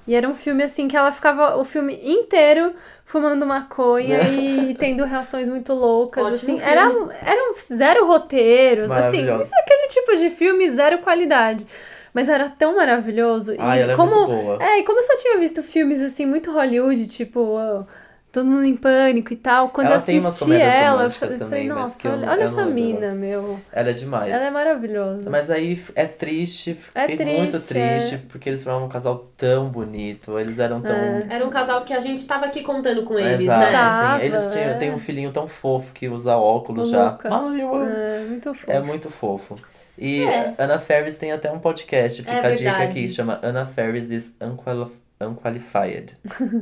Speaker 4: E era um filme assim que ela ficava o filme inteiro fumando maconha
Speaker 1: Né?
Speaker 4: e, tendo reações muito loucas.
Speaker 2: Ótimo
Speaker 4: assim,
Speaker 2: filme.
Speaker 4: era, um- era um zero roteiros, assim,
Speaker 1: Maravilhosa.
Speaker 4: isso é aquele tipo de filme, zero qualidade. Mas era tão maravilhoso.
Speaker 1: Ai,
Speaker 4: e
Speaker 1: ela é
Speaker 4: como
Speaker 1: muito boa.
Speaker 4: é, e como eu só tinha visto filmes assim, muito Hollywood, tipo. ah, todo mundo em pânico e tal. Quando eu
Speaker 1: Ela tem umas
Speaker 4: assisti
Speaker 1: comédias
Speaker 4: ela, eu
Speaker 1: românticas
Speaker 4: falei,
Speaker 1: também, mas que
Speaker 4: nossa,
Speaker 1: eu-
Speaker 4: olha,
Speaker 1: eu
Speaker 4: olha
Speaker 1: não
Speaker 4: essa
Speaker 1: lembro
Speaker 4: mina, meu.
Speaker 1: Ela é demais.
Speaker 4: Ela é maravilhosa.
Speaker 1: Mas aí f- é triste,
Speaker 4: É
Speaker 1: fiquei muito
Speaker 4: triste,
Speaker 1: triste, porque eles formaram um casal tão bonito, eles eram tão.
Speaker 4: É.
Speaker 2: Era um casal que a gente tava aqui contando com eles,
Speaker 1: Exato,
Speaker 2: né?
Speaker 1: assim,
Speaker 4: Tava,
Speaker 1: eles tinham,
Speaker 4: é.
Speaker 1: têm um filhinho tão fofo que usa óculos já.
Speaker 4: Luca.
Speaker 1: Ai, eu amo.
Speaker 4: É, muito fofo.
Speaker 1: É muito fofo. E
Speaker 2: É.
Speaker 1: Ana Ferris tem até um podcast, fica
Speaker 2: É
Speaker 1: a dica
Speaker 2: verdade.
Speaker 1: aqui, chama Ana Ferris is Unqual- Unqualified,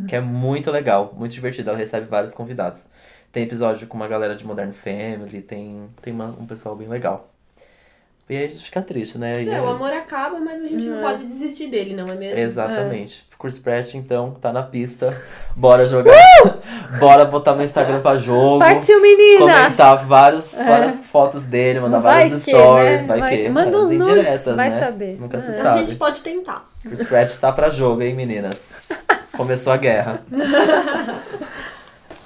Speaker 1: que é muito legal, muito divertido, ela recebe vários convidados. Tem episódio com uma galera de Modern Family, tem, tem uma- um pessoal bem legal. E aí a gente fica triste, né? E
Speaker 2: É,
Speaker 1: aí-
Speaker 2: o amor acaba, mas a gente não
Speaker 4: É.
Speaker 2: pode desistir dele, não é mesmo?
Speaker 1: Exatamente. Chris Pratt, então, tá na pista. Bora jogar. Bora botar no Instagram pra jogo.
Speaker 4: Partiu, meninas! É.
Speaker 1: Comentar vários, várias fotos dele, mandar
Speaker 4: Vai
Speaker 1: várias
Speaker 4: que,
Speaker 1: stories,
Speaker 4: né?
Speaker 1: vai,
Speaker 4: Vai-
Speaker 1: que.
Speaker 4: manda
Speaker 1: Várias
Speaker 4: uns nudes,
Speaker 1: indiretas,
Speaker 4: vai
Speaker 1: né?
Speaker 4: saber.
Speaker 1: Nunca se
Speaker 4: É.
Speaker 2: A
Speaker 1: sabe.
Speaker 2: gente pode tentar.
Speaker 1: Chris Pratt tá pra jogo, hein, meninas? Começou a guerra.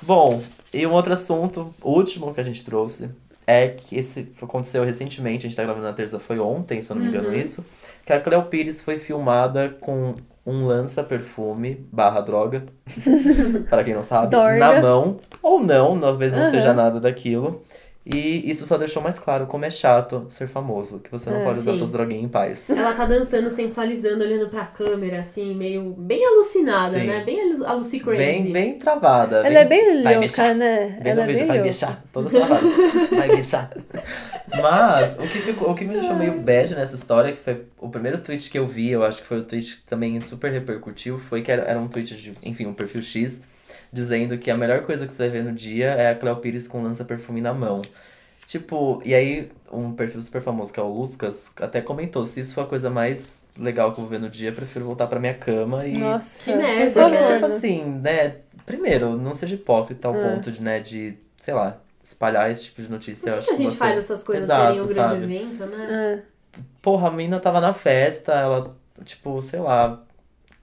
Speaker 1: Bom, e um outro assunto, último que a gente trouxe, é que esse aconteceu recentemente, a gente tá gravando na terça, foi ontem, se eu não me engano
Speaker 4: Uhum.
Speaker 1: isso, que a Cleo Pires foi filmada com um lança-perfume barra droga, para quem não sabe, na
Speaker 4: Dorgas.
Speaker 1: mão, ou não, talvez não
Speaker 4: Aham.
Speaker 1: seja nada daquilo. E isso só deixou mais claro como é chato ser famoso, que você não
Speaker 4: É,
Speaker 1: pode usar
Speaker 2: sim.
Speaker 1: suas droguinhas em paz.
Speaker 2: Ela tá dançando, sensualizando, olhando pra câmera, assim, meio. bem alucinada,
Speaker 1: Sim.
Speaker 2: né? Bem alu- aluci crazy.
Speaker 1: Bem, bem travada.
Speaker 4: Ela é bem
Speaker 1: vai mexer.
Speaker 4: louca, né?
Speaker 1: Bem
Speaker 4: Ela
Speaker 1: no
Speaker 4: é
Speaker 1: vídeo,
Speaker 4: bem
Speaker 1: vai
Speaker 4: louca.
Speaker 1: bichar. Todo travado. vai bichar. Mas, o que, ficou, o que me deixou meio bad nessa história, que foi o primeiro tweet que eu vi, eu acho que foi o tweet que também super repercutiu, foi que era, era um tweet de, enfim, um perfil X, dizendo que a melhor coisa que você vai ver no dia é a Cleo Pires com lança-perfume na mão. Tipo, e aí um perfil super famoso que é o Luscas até comentou, se isso for a coisa mais legal que eu vou ver no dia, eu prefiro voltar pra minha cama e
Speaker 4: Nossa,
Speaker 2: Que merda,
Speaker 4: por
Speaker 1: porque,
Speaker 4: favor,
Speaker 1: tipo
Speaker 4: né?
Speaker 1: assim, né? Primeiro, não seja hipócrita ao
Speaker 2: Ah.
Speaker 4: É.
Speaker 1: ponto de, né, de, sei lá, espalhar esse tipo de notícia. eu
Speaker 2: Por que
Speaker 1: acho
Speaker 2: que a gente
Speaker 1: você-
Speaker 2: faz essas coisas
Speaker 1: Exato,
Speaker 2: serem um grande
Speaker 1: sabe?
Speaker 2: evento, né?
Speaker 4: É.
Speaker 1: Porra, a mina tava na festa, ela, tipo, sei lá,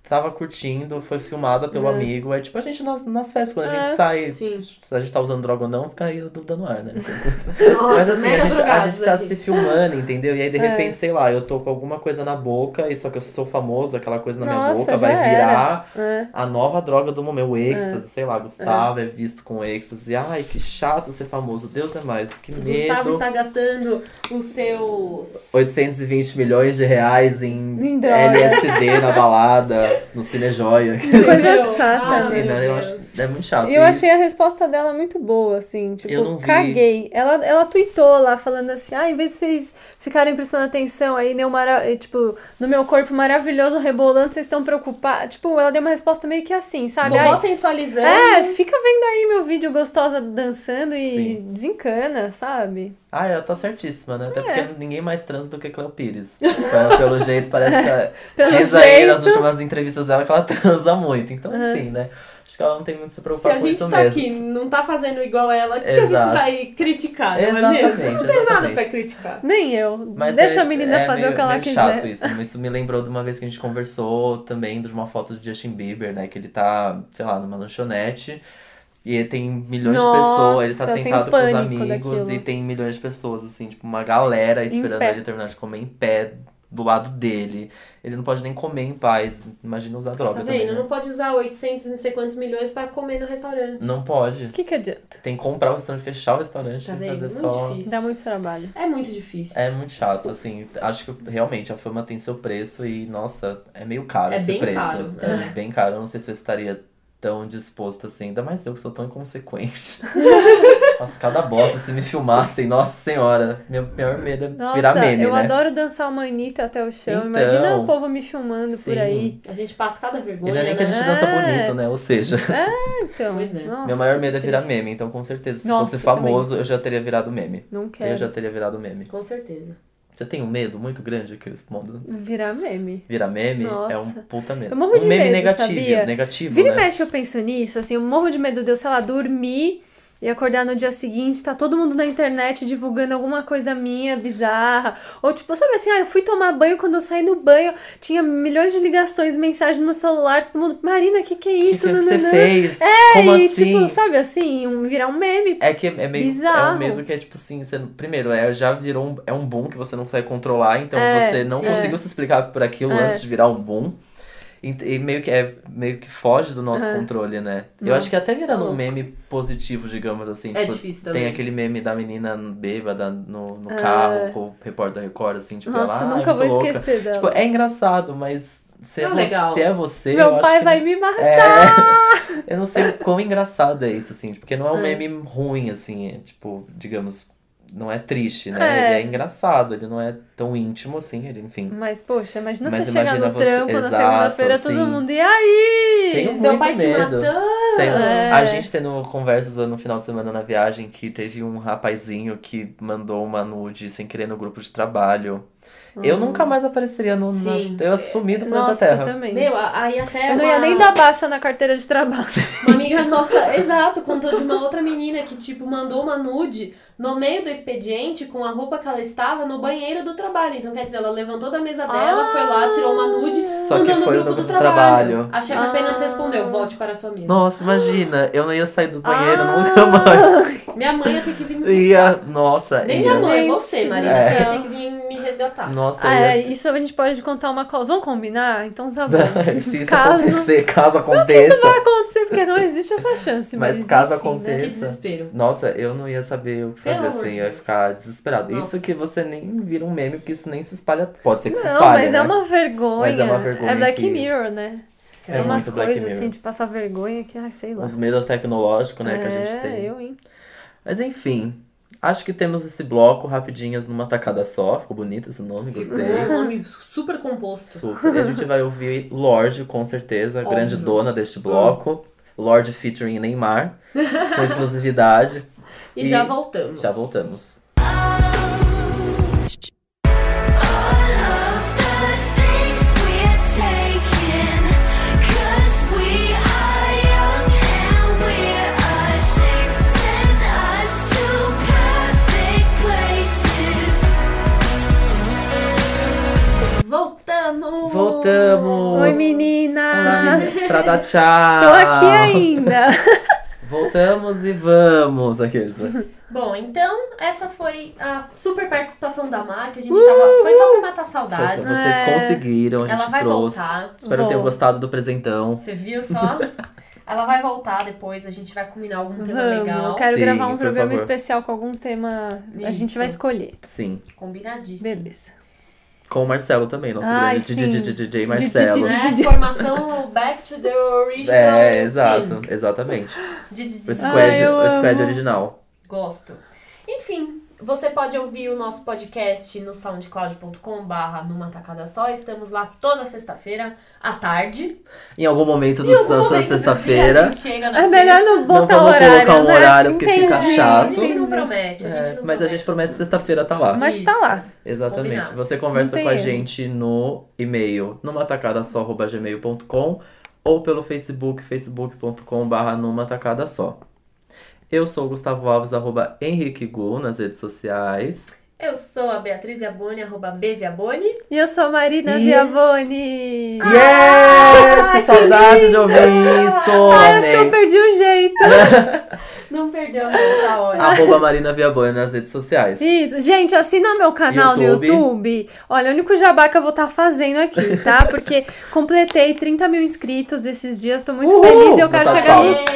Speaker 1: tava curtindo, foi filmada pelo
Speaker 4: É.
Speaker 1: amigo. É tipo a gente nas, nas festas, quando a gente
Speaker 4: É.
Speaker 1: sai,
Speaker 2: Né. Sim.
Speaker 1: se a gente tá usando droga ou não, fica aí dando ar, né?
Speaker 2: Nossa,
Speaker 1: Mas assim, a
Speaker 2: mega
Speaker 1: gente, a
Speaker 2: drogados
Speaker 1: gente tá
Speaker 2: aqui.
Speaker 1: se filmando, entendeu? E aí, de
Speaker 4: É.
Speaker 1: repente, sei lá, eu tô com alguma coisa na boca, e só que eu sou famoso, aquela coisa na minha
Speaker 4: Nossa,
Speaker 1: boca
Speaker 4: já
Speaker 1: vai
Speaker 4: era.
Speaker 1: virar.
Speaker 4: É.
Speaker 1: A nova droga do momento, o êxtase, sei lá, Gustavo é. visto com êxtase. Ai, que chato ser famoso, Deus é mais, que medo.
Speaker 2: Gustavo está gastando os seus.
Speaker 1: 820 milhões de reais em,
Speaker 4: Em droga.
Speaker 1: LSD na balada, no Cinejoia.
Speaker 4: Coisa
Speaker 2: Meu,
Speaker 4: chata,
Speaker 2: ai,
Speaker 4: né?
Speaker 1: Imagina, eu
Speaker 2: meu Deus.
Speaker 1: acho, é muito chato.
Speaker 4: E eu
Speaker 1: E-
Speaker 4: achei a resposta dela muito boa, assim, tipo,
Speaker 1: Eu não vi.
Speaker 4: caguei. Ela, ela tweetou lá, falando assim, ah, em vez de vocês ficarem prestando atenção aí, no mara eh, tipo, no meu corpo maravilhoso rebolando, vocês estão preocupados. Tipo, ela deu uma resposta meio que assim, sabe?
Speaker 2: Tô mó
Speaker 4: Ai,
Speaker 2: sensualizando.
Speaker 4: é, fica vendo aí meu vídeo gostosa dançando e
Speaker 1: Sim.
Speaker 4: desencana, sabe?
Speaker 1: Ah, ela tá certíssima, né? Até
Speaker 4: É.
Speaker 1: porque ninguém mais trans do que Cleo Pires. Tipo, Ela, pelo jeito, parece que. ela-
Speaker 4: Pelo
Speaker 1: Diz aí nas
Speaker 4: jeito.
Speaker 1: últimas entrevistas dela que ela transa muito. Então, enfim, né? Acho que ela não tem muito se
Speaker 2: Se
Speaker 1: preocupar
Speaker 2: a
Speaker 1: com
Speaker 2: gente
Speaker 1: isso
Speaker 2: tá
Speaker 1: mesmo.
Speaker 2: aqui e não tá fazendo igual ela, o que que a gente
Speaker 1: Exato.
Speaker 2: vai criticar, não é
Speaker 1: Exatamente,
Speaker 2: mesmo? Não tem nada
Speaker 1: exatamente.
Speaker 2: pra criticar.
Speaker 4: Nem eu.
Speaker 1: Mas
Speaker 4: Deixa
Speaker 1: é-
Speaker 4: a menina
Speaker 1: é
Speaker 4: fazer
Speaker 1: meio-
Speaker 4: o que ela
Speaker 1: meio
Speaker 4: quiser.
Speaker 1: chato isso. Isso me lembrou de uma vez que a gente conversou também de uma foto do Justin Bieber, né? Que ele tá, sei lá, numa lanchonete. E ele tem milhões
Speaker 4: Nossa,
Speaker 1: de pessoas, ele tá
Speaker 4: eu tenho
Speaker 1: sentado com os
Speaker 4: pânico
Speaker 1: amigos e
Speaker 4: daquilo.
Speaker 1: tem milhões de pessoas, assim, tipo, uma galera esperando
Speaker 4: pé.
Speaker 1: ele terminar de comer em pé do lado dele. Ele não pode nem comer em paz. Imagina usar droga
Speaker 2: Tá
Speaker 1: também.
Speaker 2: vendo?
Speaker 1: né?
Speaker 2: Não pode usar 800 e não sei quantos milhões pra comer no restaurante.
Speaker 1: Não pode.
Speaker 4: O que que adianta?
Speaker 1: Tem que comprar o restaurante, fechar o restaurante
Speaker 2: Tá
Speaker 1: e
Speaker 2: vendo?
Speaker 1: fazer
Speaker 2: Muito
Speaker 1: só.
Speaker 2: difícil.
Speaker 4: Dá muito trabalho.
Speaker 2: É muito difícil.
Speaker 1: É muito chato, assim. Acho que realmente a fama tem seu preço e, nossa, é meio caro
Speaker 2: É
Speaker 1: esse
Speaker 2: bem
Speaker 1: preço.
Speaker 2: caro.
Speaker 1: É bem caro. Eu não sei se eu estaria tão disposto assim, ainda mais eu que sou tão inconsequente. nossa, cada bosta, se me filmassem, nossa senhora. Meu maior medo é
Speaker 4: Nossa,
Speaker 1: virar meme,
Speaker 4: eu
Speaker 1: né?
Speaker 4: adoro dançar uma Anitta até o chão.
Speaker 1: Então.
Speaker 4: Imagina o povo me filmando por
Speaker 1: Sim.
Speaker 4: aí.
Speaker 2: A gente passa cada
Speaker 1: E
Speaker 2: vergonha,
Speaker 1: não é nem que a
Speaker 2: né?
Speaker 1: gente dança
Speaker 4: É.
Speaker 1: bonito, né? Ou seja,
Speaker 4: Então,
Speaker 2: Pois é.
Speaker 4: nossa,
Speaker 1: meu maior medo é
Speaker 4: que
Speaker 1: virar
Speaker 4: triste.
Speaker 1: meme, então com certeza, se
Speaker 4: Nossa,
Speaker 1: fosse famoso, eu já teria virado meme.
Speaker 4: Não
Speaker 1: Eu
Speaker 4: quero
Speaker 1: já teria virado meme.
Speaker 2: Com certeza.
Speaker 1: Já tem um medo muito grande que eles mandam.
Speaker 4: virar meme.
Speaker 1: Virar meme é
Speaker 4: Nossa.
Speaker 1: um puta medo.
Speaker 4: Eu morro
Speaker 1: um
Speaker 4: de
Speaker 1: meme
Speaker 4: medo,
Speaker 1: negativo,
Speaker 4: sabia?
Speaker 1: negativo, né?
Speaker 4: Vira e mexe, eu penso nisso, assim, eu morro de medo de eu, sei lá, dormir e acordar no dia seguinte, tá todo mundo na internet divulgando alguma coisa minha bizarra. Ou tipo, sabe assim, ah, eu fui tomar banho, quando eu saí do banho, tinha milhões de ligações, mensagens no meu celular, todo mundo, Marina, que que é
Speaker 1: que
Speaker 4: isso?
Speaker 1: que você
Speaker 4: Nananã."
Speaker 1: fez?
Speaker 4: É,
Speaker 1: Como
Speaker 4: e,
Speaker 1: assim?
Speaker 4: tipo, sabe assim, um- virar um meme.
Speaker 1: É que é meio é um
Speaker 4: bizarro.
Speaker 1: medo que é tipo assim, você, primeiro, é, já virou um, é um boom que você não consegue controlar, então
Speaker 4: É,
Speaker 1: você não
Speaker 4: sim.
Speaker 1: conseguiu se explicar por aquilo
Speaker 4: É.
Speaker 1: antes de virar um boom. E, e meio que, é, meio que foge do nosso controle, né? Eu acho que até
Speaker 5: Nossa,
Speaker 1: virar um
Speaker 5: louco.
Speaker 1: meme positivo, digamos assim.
Speaker 2: É difícil também.
Speaker 1: Tem aquele meme da menina bêbada no, no carro, com o repórter da Record, assim, tipo,
Speaker 4: É. Nossa,
Speaker 1: ela, "Ai,
Speaker 4: nunca
Speaker 1: muito
Speaker 4: vou
Speaker 1: louca.
Speaker 4: esquecer dela.
Speaker 1: Tipo, é engraçado, mas se,
Speaker 2: Não é
Speaker 1: é,
Speaker 2: legal.
Speaker 1: você, se é você. eu
Speaker 4: Meu
Speaker 1: acho
Speaker 4: pai
Speaker 1: que-
Speaker 4: vai me matar. Tá.
Speaker 1: É, eu não sei o quão engraçado é isso, assim, porque não é um meme ruim, assim, é, tipo, digamos, não é triste, né?
Speaker 4: É.
Speaker 1: Ele é engraçado, ele não é tão íntimo assim, ele, enfim.
Speaker 4: Mas, poxa, imagina
Speaker 1: Mas
Speaker 4: você chegar
Speaker 1: imagina
Speaker 4: no
Speaker 1: você-
Speaker 4: trampo na
Speaker 1: exato,
Speaker 4: segunda-feira, todo
Speaker 1: assim.
Speaker 4: mundo, e aí?
Speaker 1: Tenho
Speaker 2: Seu
Speaker 1: muito
Speaker 2: pai te
Speaker 1: medo.
Speaker 2: matando.
Speaker 1: Tem- um
Speaker 4: É.
Speaker 1: A gente tendo conversas no final de semana na viagem que teve um rapazinho que mandou uma nude sem querer no grupo de trabalho. Eu nunca mais apareceria no. na-
Speaker 2: Sim.
Speaker 1: eu assumi do um planeta
Speaker 4: Hum. Nossa,
Speaker 1: Terra.
Speaker 4: eu também.
Speaker 2: Meu, a- aí até
Speaker 4: eu não
Speaker 2: uma-
Speaker 4: ia nem dar baixa na carteira de trabalho.
Speaker 2: Uma amiga nossa, exato, contou de uma outra menina que, tipo, mandou uma nude no meio do expediente com a roupa que ela estava no banheiro do trabalho. Então, quer dizer, ela levantou da mesa dela,
Speaker 4: Ah.
Speaker 2: foi lá, tirou uma nude,
Speaker 1: Só que
Speaker 2: mandou no
Speaker 1: foi
Speaker 2: grupo
Speaker 1: no
Speaker 2: do
Speaker 1: grupo do
Speaker 2: trabalho.
Speaker 1: trabalho.
Speaker 2: A chefe apenas
Speaker 4: Ah.
Speaker 2: respondeu, volte para a sua mesa.
Speaker 1: Nossa, imagina, eu não ia sair do banheiro
Speaker 4: Ah.
Speaker 1: nunca mais.
Speaker 2: Minha mãe ia ter que vir me
Speaker 1: Ia,
Speaker 2: buscar.
Speaker 1: nossa,
Speaker 2: Nem
Speaker 1: ia.
Speaker 2: minha mãe,
Speaker 4: Gente
Speaker 2: você,
Speaker 4: do
Speaker 2: Marisa,
Speaker 4: céu.
Speaker 2: ia ter que vir me resgatar.
Speaker 1: Nossa,
Speaker 4: Ah,
Speaker 1: ia.
Speaker 4: é, isso a gente pode contar uma coisa. Vamos combinar? Então tá bom.
Speaker 1: Né? Se isso
Speaker 4: Caso- é
Speaker 1: acontecer, caso aconteça.
Speaker 4: Isso vai acontecer, porque não existe essa chance.
Speaker 1: Mas
Speaker 4: Mas,
Speaker 1: caso
Speaker 4: enfim, né?
Speaker 1: aconteça-
Speaker 2: Né, Que
Speaker 1: Essa.
Speaker 2: desespero.
Speaker 1: Nossa, eu não ia saber o que
Speaker 2: Pelo
Speaker 1: fazer
Speaker 2: amor
Speaker 1: assim,
Speaker 2: de
Speaker 1: eu ia
Speaker 2: Deus.
Speaker 1: ficar desesperado.
Speaker 2: Nossa.
Speaker 1: Isso que você nem vira um meme, porque isso nem se espalha. Pode ser que
Speaker 4: Né?
Speaker 1: se
Speaker 4: Não,
Speaker 1: espalhe.
Speaker 4: mas
Speaker 1: né?
Speaker 4: é uma vergonha.
Speaker 1: Mas é uma vergonha
Speaker 4: É Black
Speaker 1: que-
Speaker 4: Mirror, né?
Speaker 1: É
Speaker 4: É umas
Speaker 1: muito Black
Speaker 4: coisas
Speaker 1: Mirror.
Speaker 4: assim de passar vergonha que, ai, sei lá.
Speaker 1: Uns medos tecnológicos, né, que a
Speaker 4: é,
Speaker 1: gente tem.
Speaker 4: eu, hein?
Speaker 1: Mas enfim, acho que temos esse bloco rapidinhas numa tacada só. Ficou bonito esse nome,
Speaker 2: Ficou
Speaker 1: gostei.
Speaker 2: um nome super composto.
Speaker 1: Super. E a gente vai ouvir Lorde, com certeza, a
Speaker 2: Óbvio.
Speaker 1: grande dona deste bloco. Lorde featuring Neymar, com exclusividade.
Speaker 2: E, já voltamos.
Speaker 1: Já voltamos.
Speaker 2: Voltamos!
Speaker 1: Voltamos!
Speaker 4: Oi,
Speaker 2: Ah.
Speaker 4: meninas!
Speaker 1: Estrada tchau!
Speaker 4: Tô aqui ainda.
Speaker 1: Voltamos e vamos! Aqueles, né?
Speaker 2: Bom, então essa foi a super participação da Má, que a gente tava. Foi só pra matar
Speaker 1: Foi só,
Speaker 2: saudades.
Speaker 1: Vocês
Speaker 4: É.
Speaker 1: conseguiram, a gente
Speaker 2: Ela vai
Speaker 1: trouxe.
Speaker 2: voltar.
Speaker 1: Espero que tenham
Speaker 4: Vou.
Speaker 1: gostado do presentão.
Speaker 2: Você viu só? Ela vai voltar depois, a gente vai combinar algum tema legal.
Speaker 4: Vamos, eu quero
Speaker 1: Sim,
Speaker 4: gravar um
Speaker 1: por
Speaker 4: programa
Speaker 1: favor.
Speaker 4: especial com algum tema. A gente
Speaker 2: Isso.
Speaker 4: vai escolher.
Speaker 1: Sim.
Speaker 2: Combinadíssimo. né?
Speaker 4: Beleza.
Speaker 1: Com o Marcelo também, nosso
Speaker 4: Ai,
Speaker 1: grande
Speaker 4: sim.
Speaker 1: DJ, DJ, DJ Marcelo.
Speaker 4: DJ.
Speaker 2: Né? Formação back to the original.
Speaker 1: É,
Speaker 2: team.
Speaker 1: exato, exatamente.
Speaker 2: De- de- de-
Speaker 1: O squad,
Speaker 4: eu
Speaker 1: o squad
Speaker 4: amo.
Speaker 1: original.
Speaker 2: Gosto. Enfim, você pode ouvir o nosso podcast no soundcloud.com/barra numa tacada só. Estamos lá toda sexta-feira à tarde.
Speaker 1: Em algum momento
Speaker 2: Em
Speaker 1: do-
Speaker 2: algum
Speaker 1: da
Speaker 2: momento do
Speaker 1: sua
Speaker 2: dia a
Speaker 1: sexta-feira.
Speaker 2: gente chega na
Speaker 4: É melhor não botar
Speaker 1: vamos
Speaker 4: horário.
Speaker 1: colocar um
Speaker 4: né?
Speaker 1: horário, porque fica
Speaker 4: Entendi,
Speaker 1: chato.
Speaker 2: A gente não
Speaker 4: entendi.
Speaker 2: promete, a gente
Speaker 1: É,
Speaker 2: não
Speaker 1: mas a
Speaker 2: promete.
Speaker 1: gente promete que sexta-feira tá lá.
Speaker 4: Mas tá
Speaker 2: Isso.
Speaker 4: lá.
Speaker 1: Exatamente.
Speaker 2: Combinado.
Speaker 1: Você conversa
Speaker 4: Não tem
Speaker 1: com a
Speaker 4: erro.
Speaker 1: gente no e-mail numatacadasó.gmail.com ou pelo Facebook, facebook.com.br numatacadasó. Eu sou o Gustavo Alves, arroba Henrique Gu nas redes sociais.
Speaker 2: Eu sou a Beatriz Viaboni, arroba B Viaboni.
Speaker 4: E eu sou a Marina
Speaker 1: E-
Speaker 4: Viavone.
Speaker 1: yes! Que saudade de ouvir isso!
Speaker 4: Ai, acho que eu
Speaker 1: homem!
Speaker 4: perdi o jeito.
Speaker 2: Não perdeu a tá da hora.
Speaker 1: Arroba Marina Viaboni nas redes sociais.
Speaker 4: Isso. Gente, assina meu canal
Speaker 1: YouTube.
Speaker 4: no YouTube. Olha, o único jabá que eu vou estar fazendo aqui, tá? Porque completei 30 mil inscritos esses dias. Tô muito
Speaker 1: Uhul!
Speaker 4: feliz e eu quero
Speaker 1: Salve,
Speaker 4: chegar
Speaker 1: palmas.
Speaker 4: nos...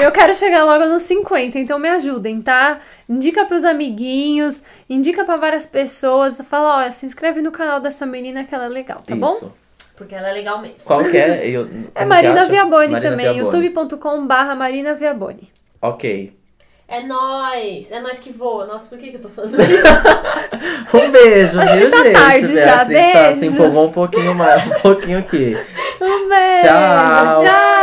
Speaker 4: Eu quero chegar logo nos 50, então me ajudem, tá? Indica pros amiguinhos, indica pra várias pessoas, fala, ó, se inscreve no canal dessa menina que ela é legal, tá bom?
Speaker 1: Isso.
Speaker 2: Porque ela é legal mesmo.
Speaker 1: Qualquer. Eu,
Speaker 4: É
Speaker 1: como que
Speaker 4: Marina
Speaker 1: acha?
Speaker 4: Viaboni
Speaker 1: Marina
Speaker 4: também,
Speaker 1: Viaboni.
Speaker 4: youtube.com/barra Marina Viaboni.
Speaker 1: Ok.
Speaker 2: É nós, é nós que voa. Nossa, por que, que eu tô falando isso?
Speaker 1: Um beijo, viu,
Speaker 4: tá
Speaker 1: gente?
Speaker 4: tarde já,
Speaker 1: Beatriz tá, se
Speaker 4: beijos.
Speaker 1: empolgou um pouquinho mais, um pouquinho aqui.
Speaker 4: Um beijo!
Speaker 1: Tchau.
Speaker 4: Tchau!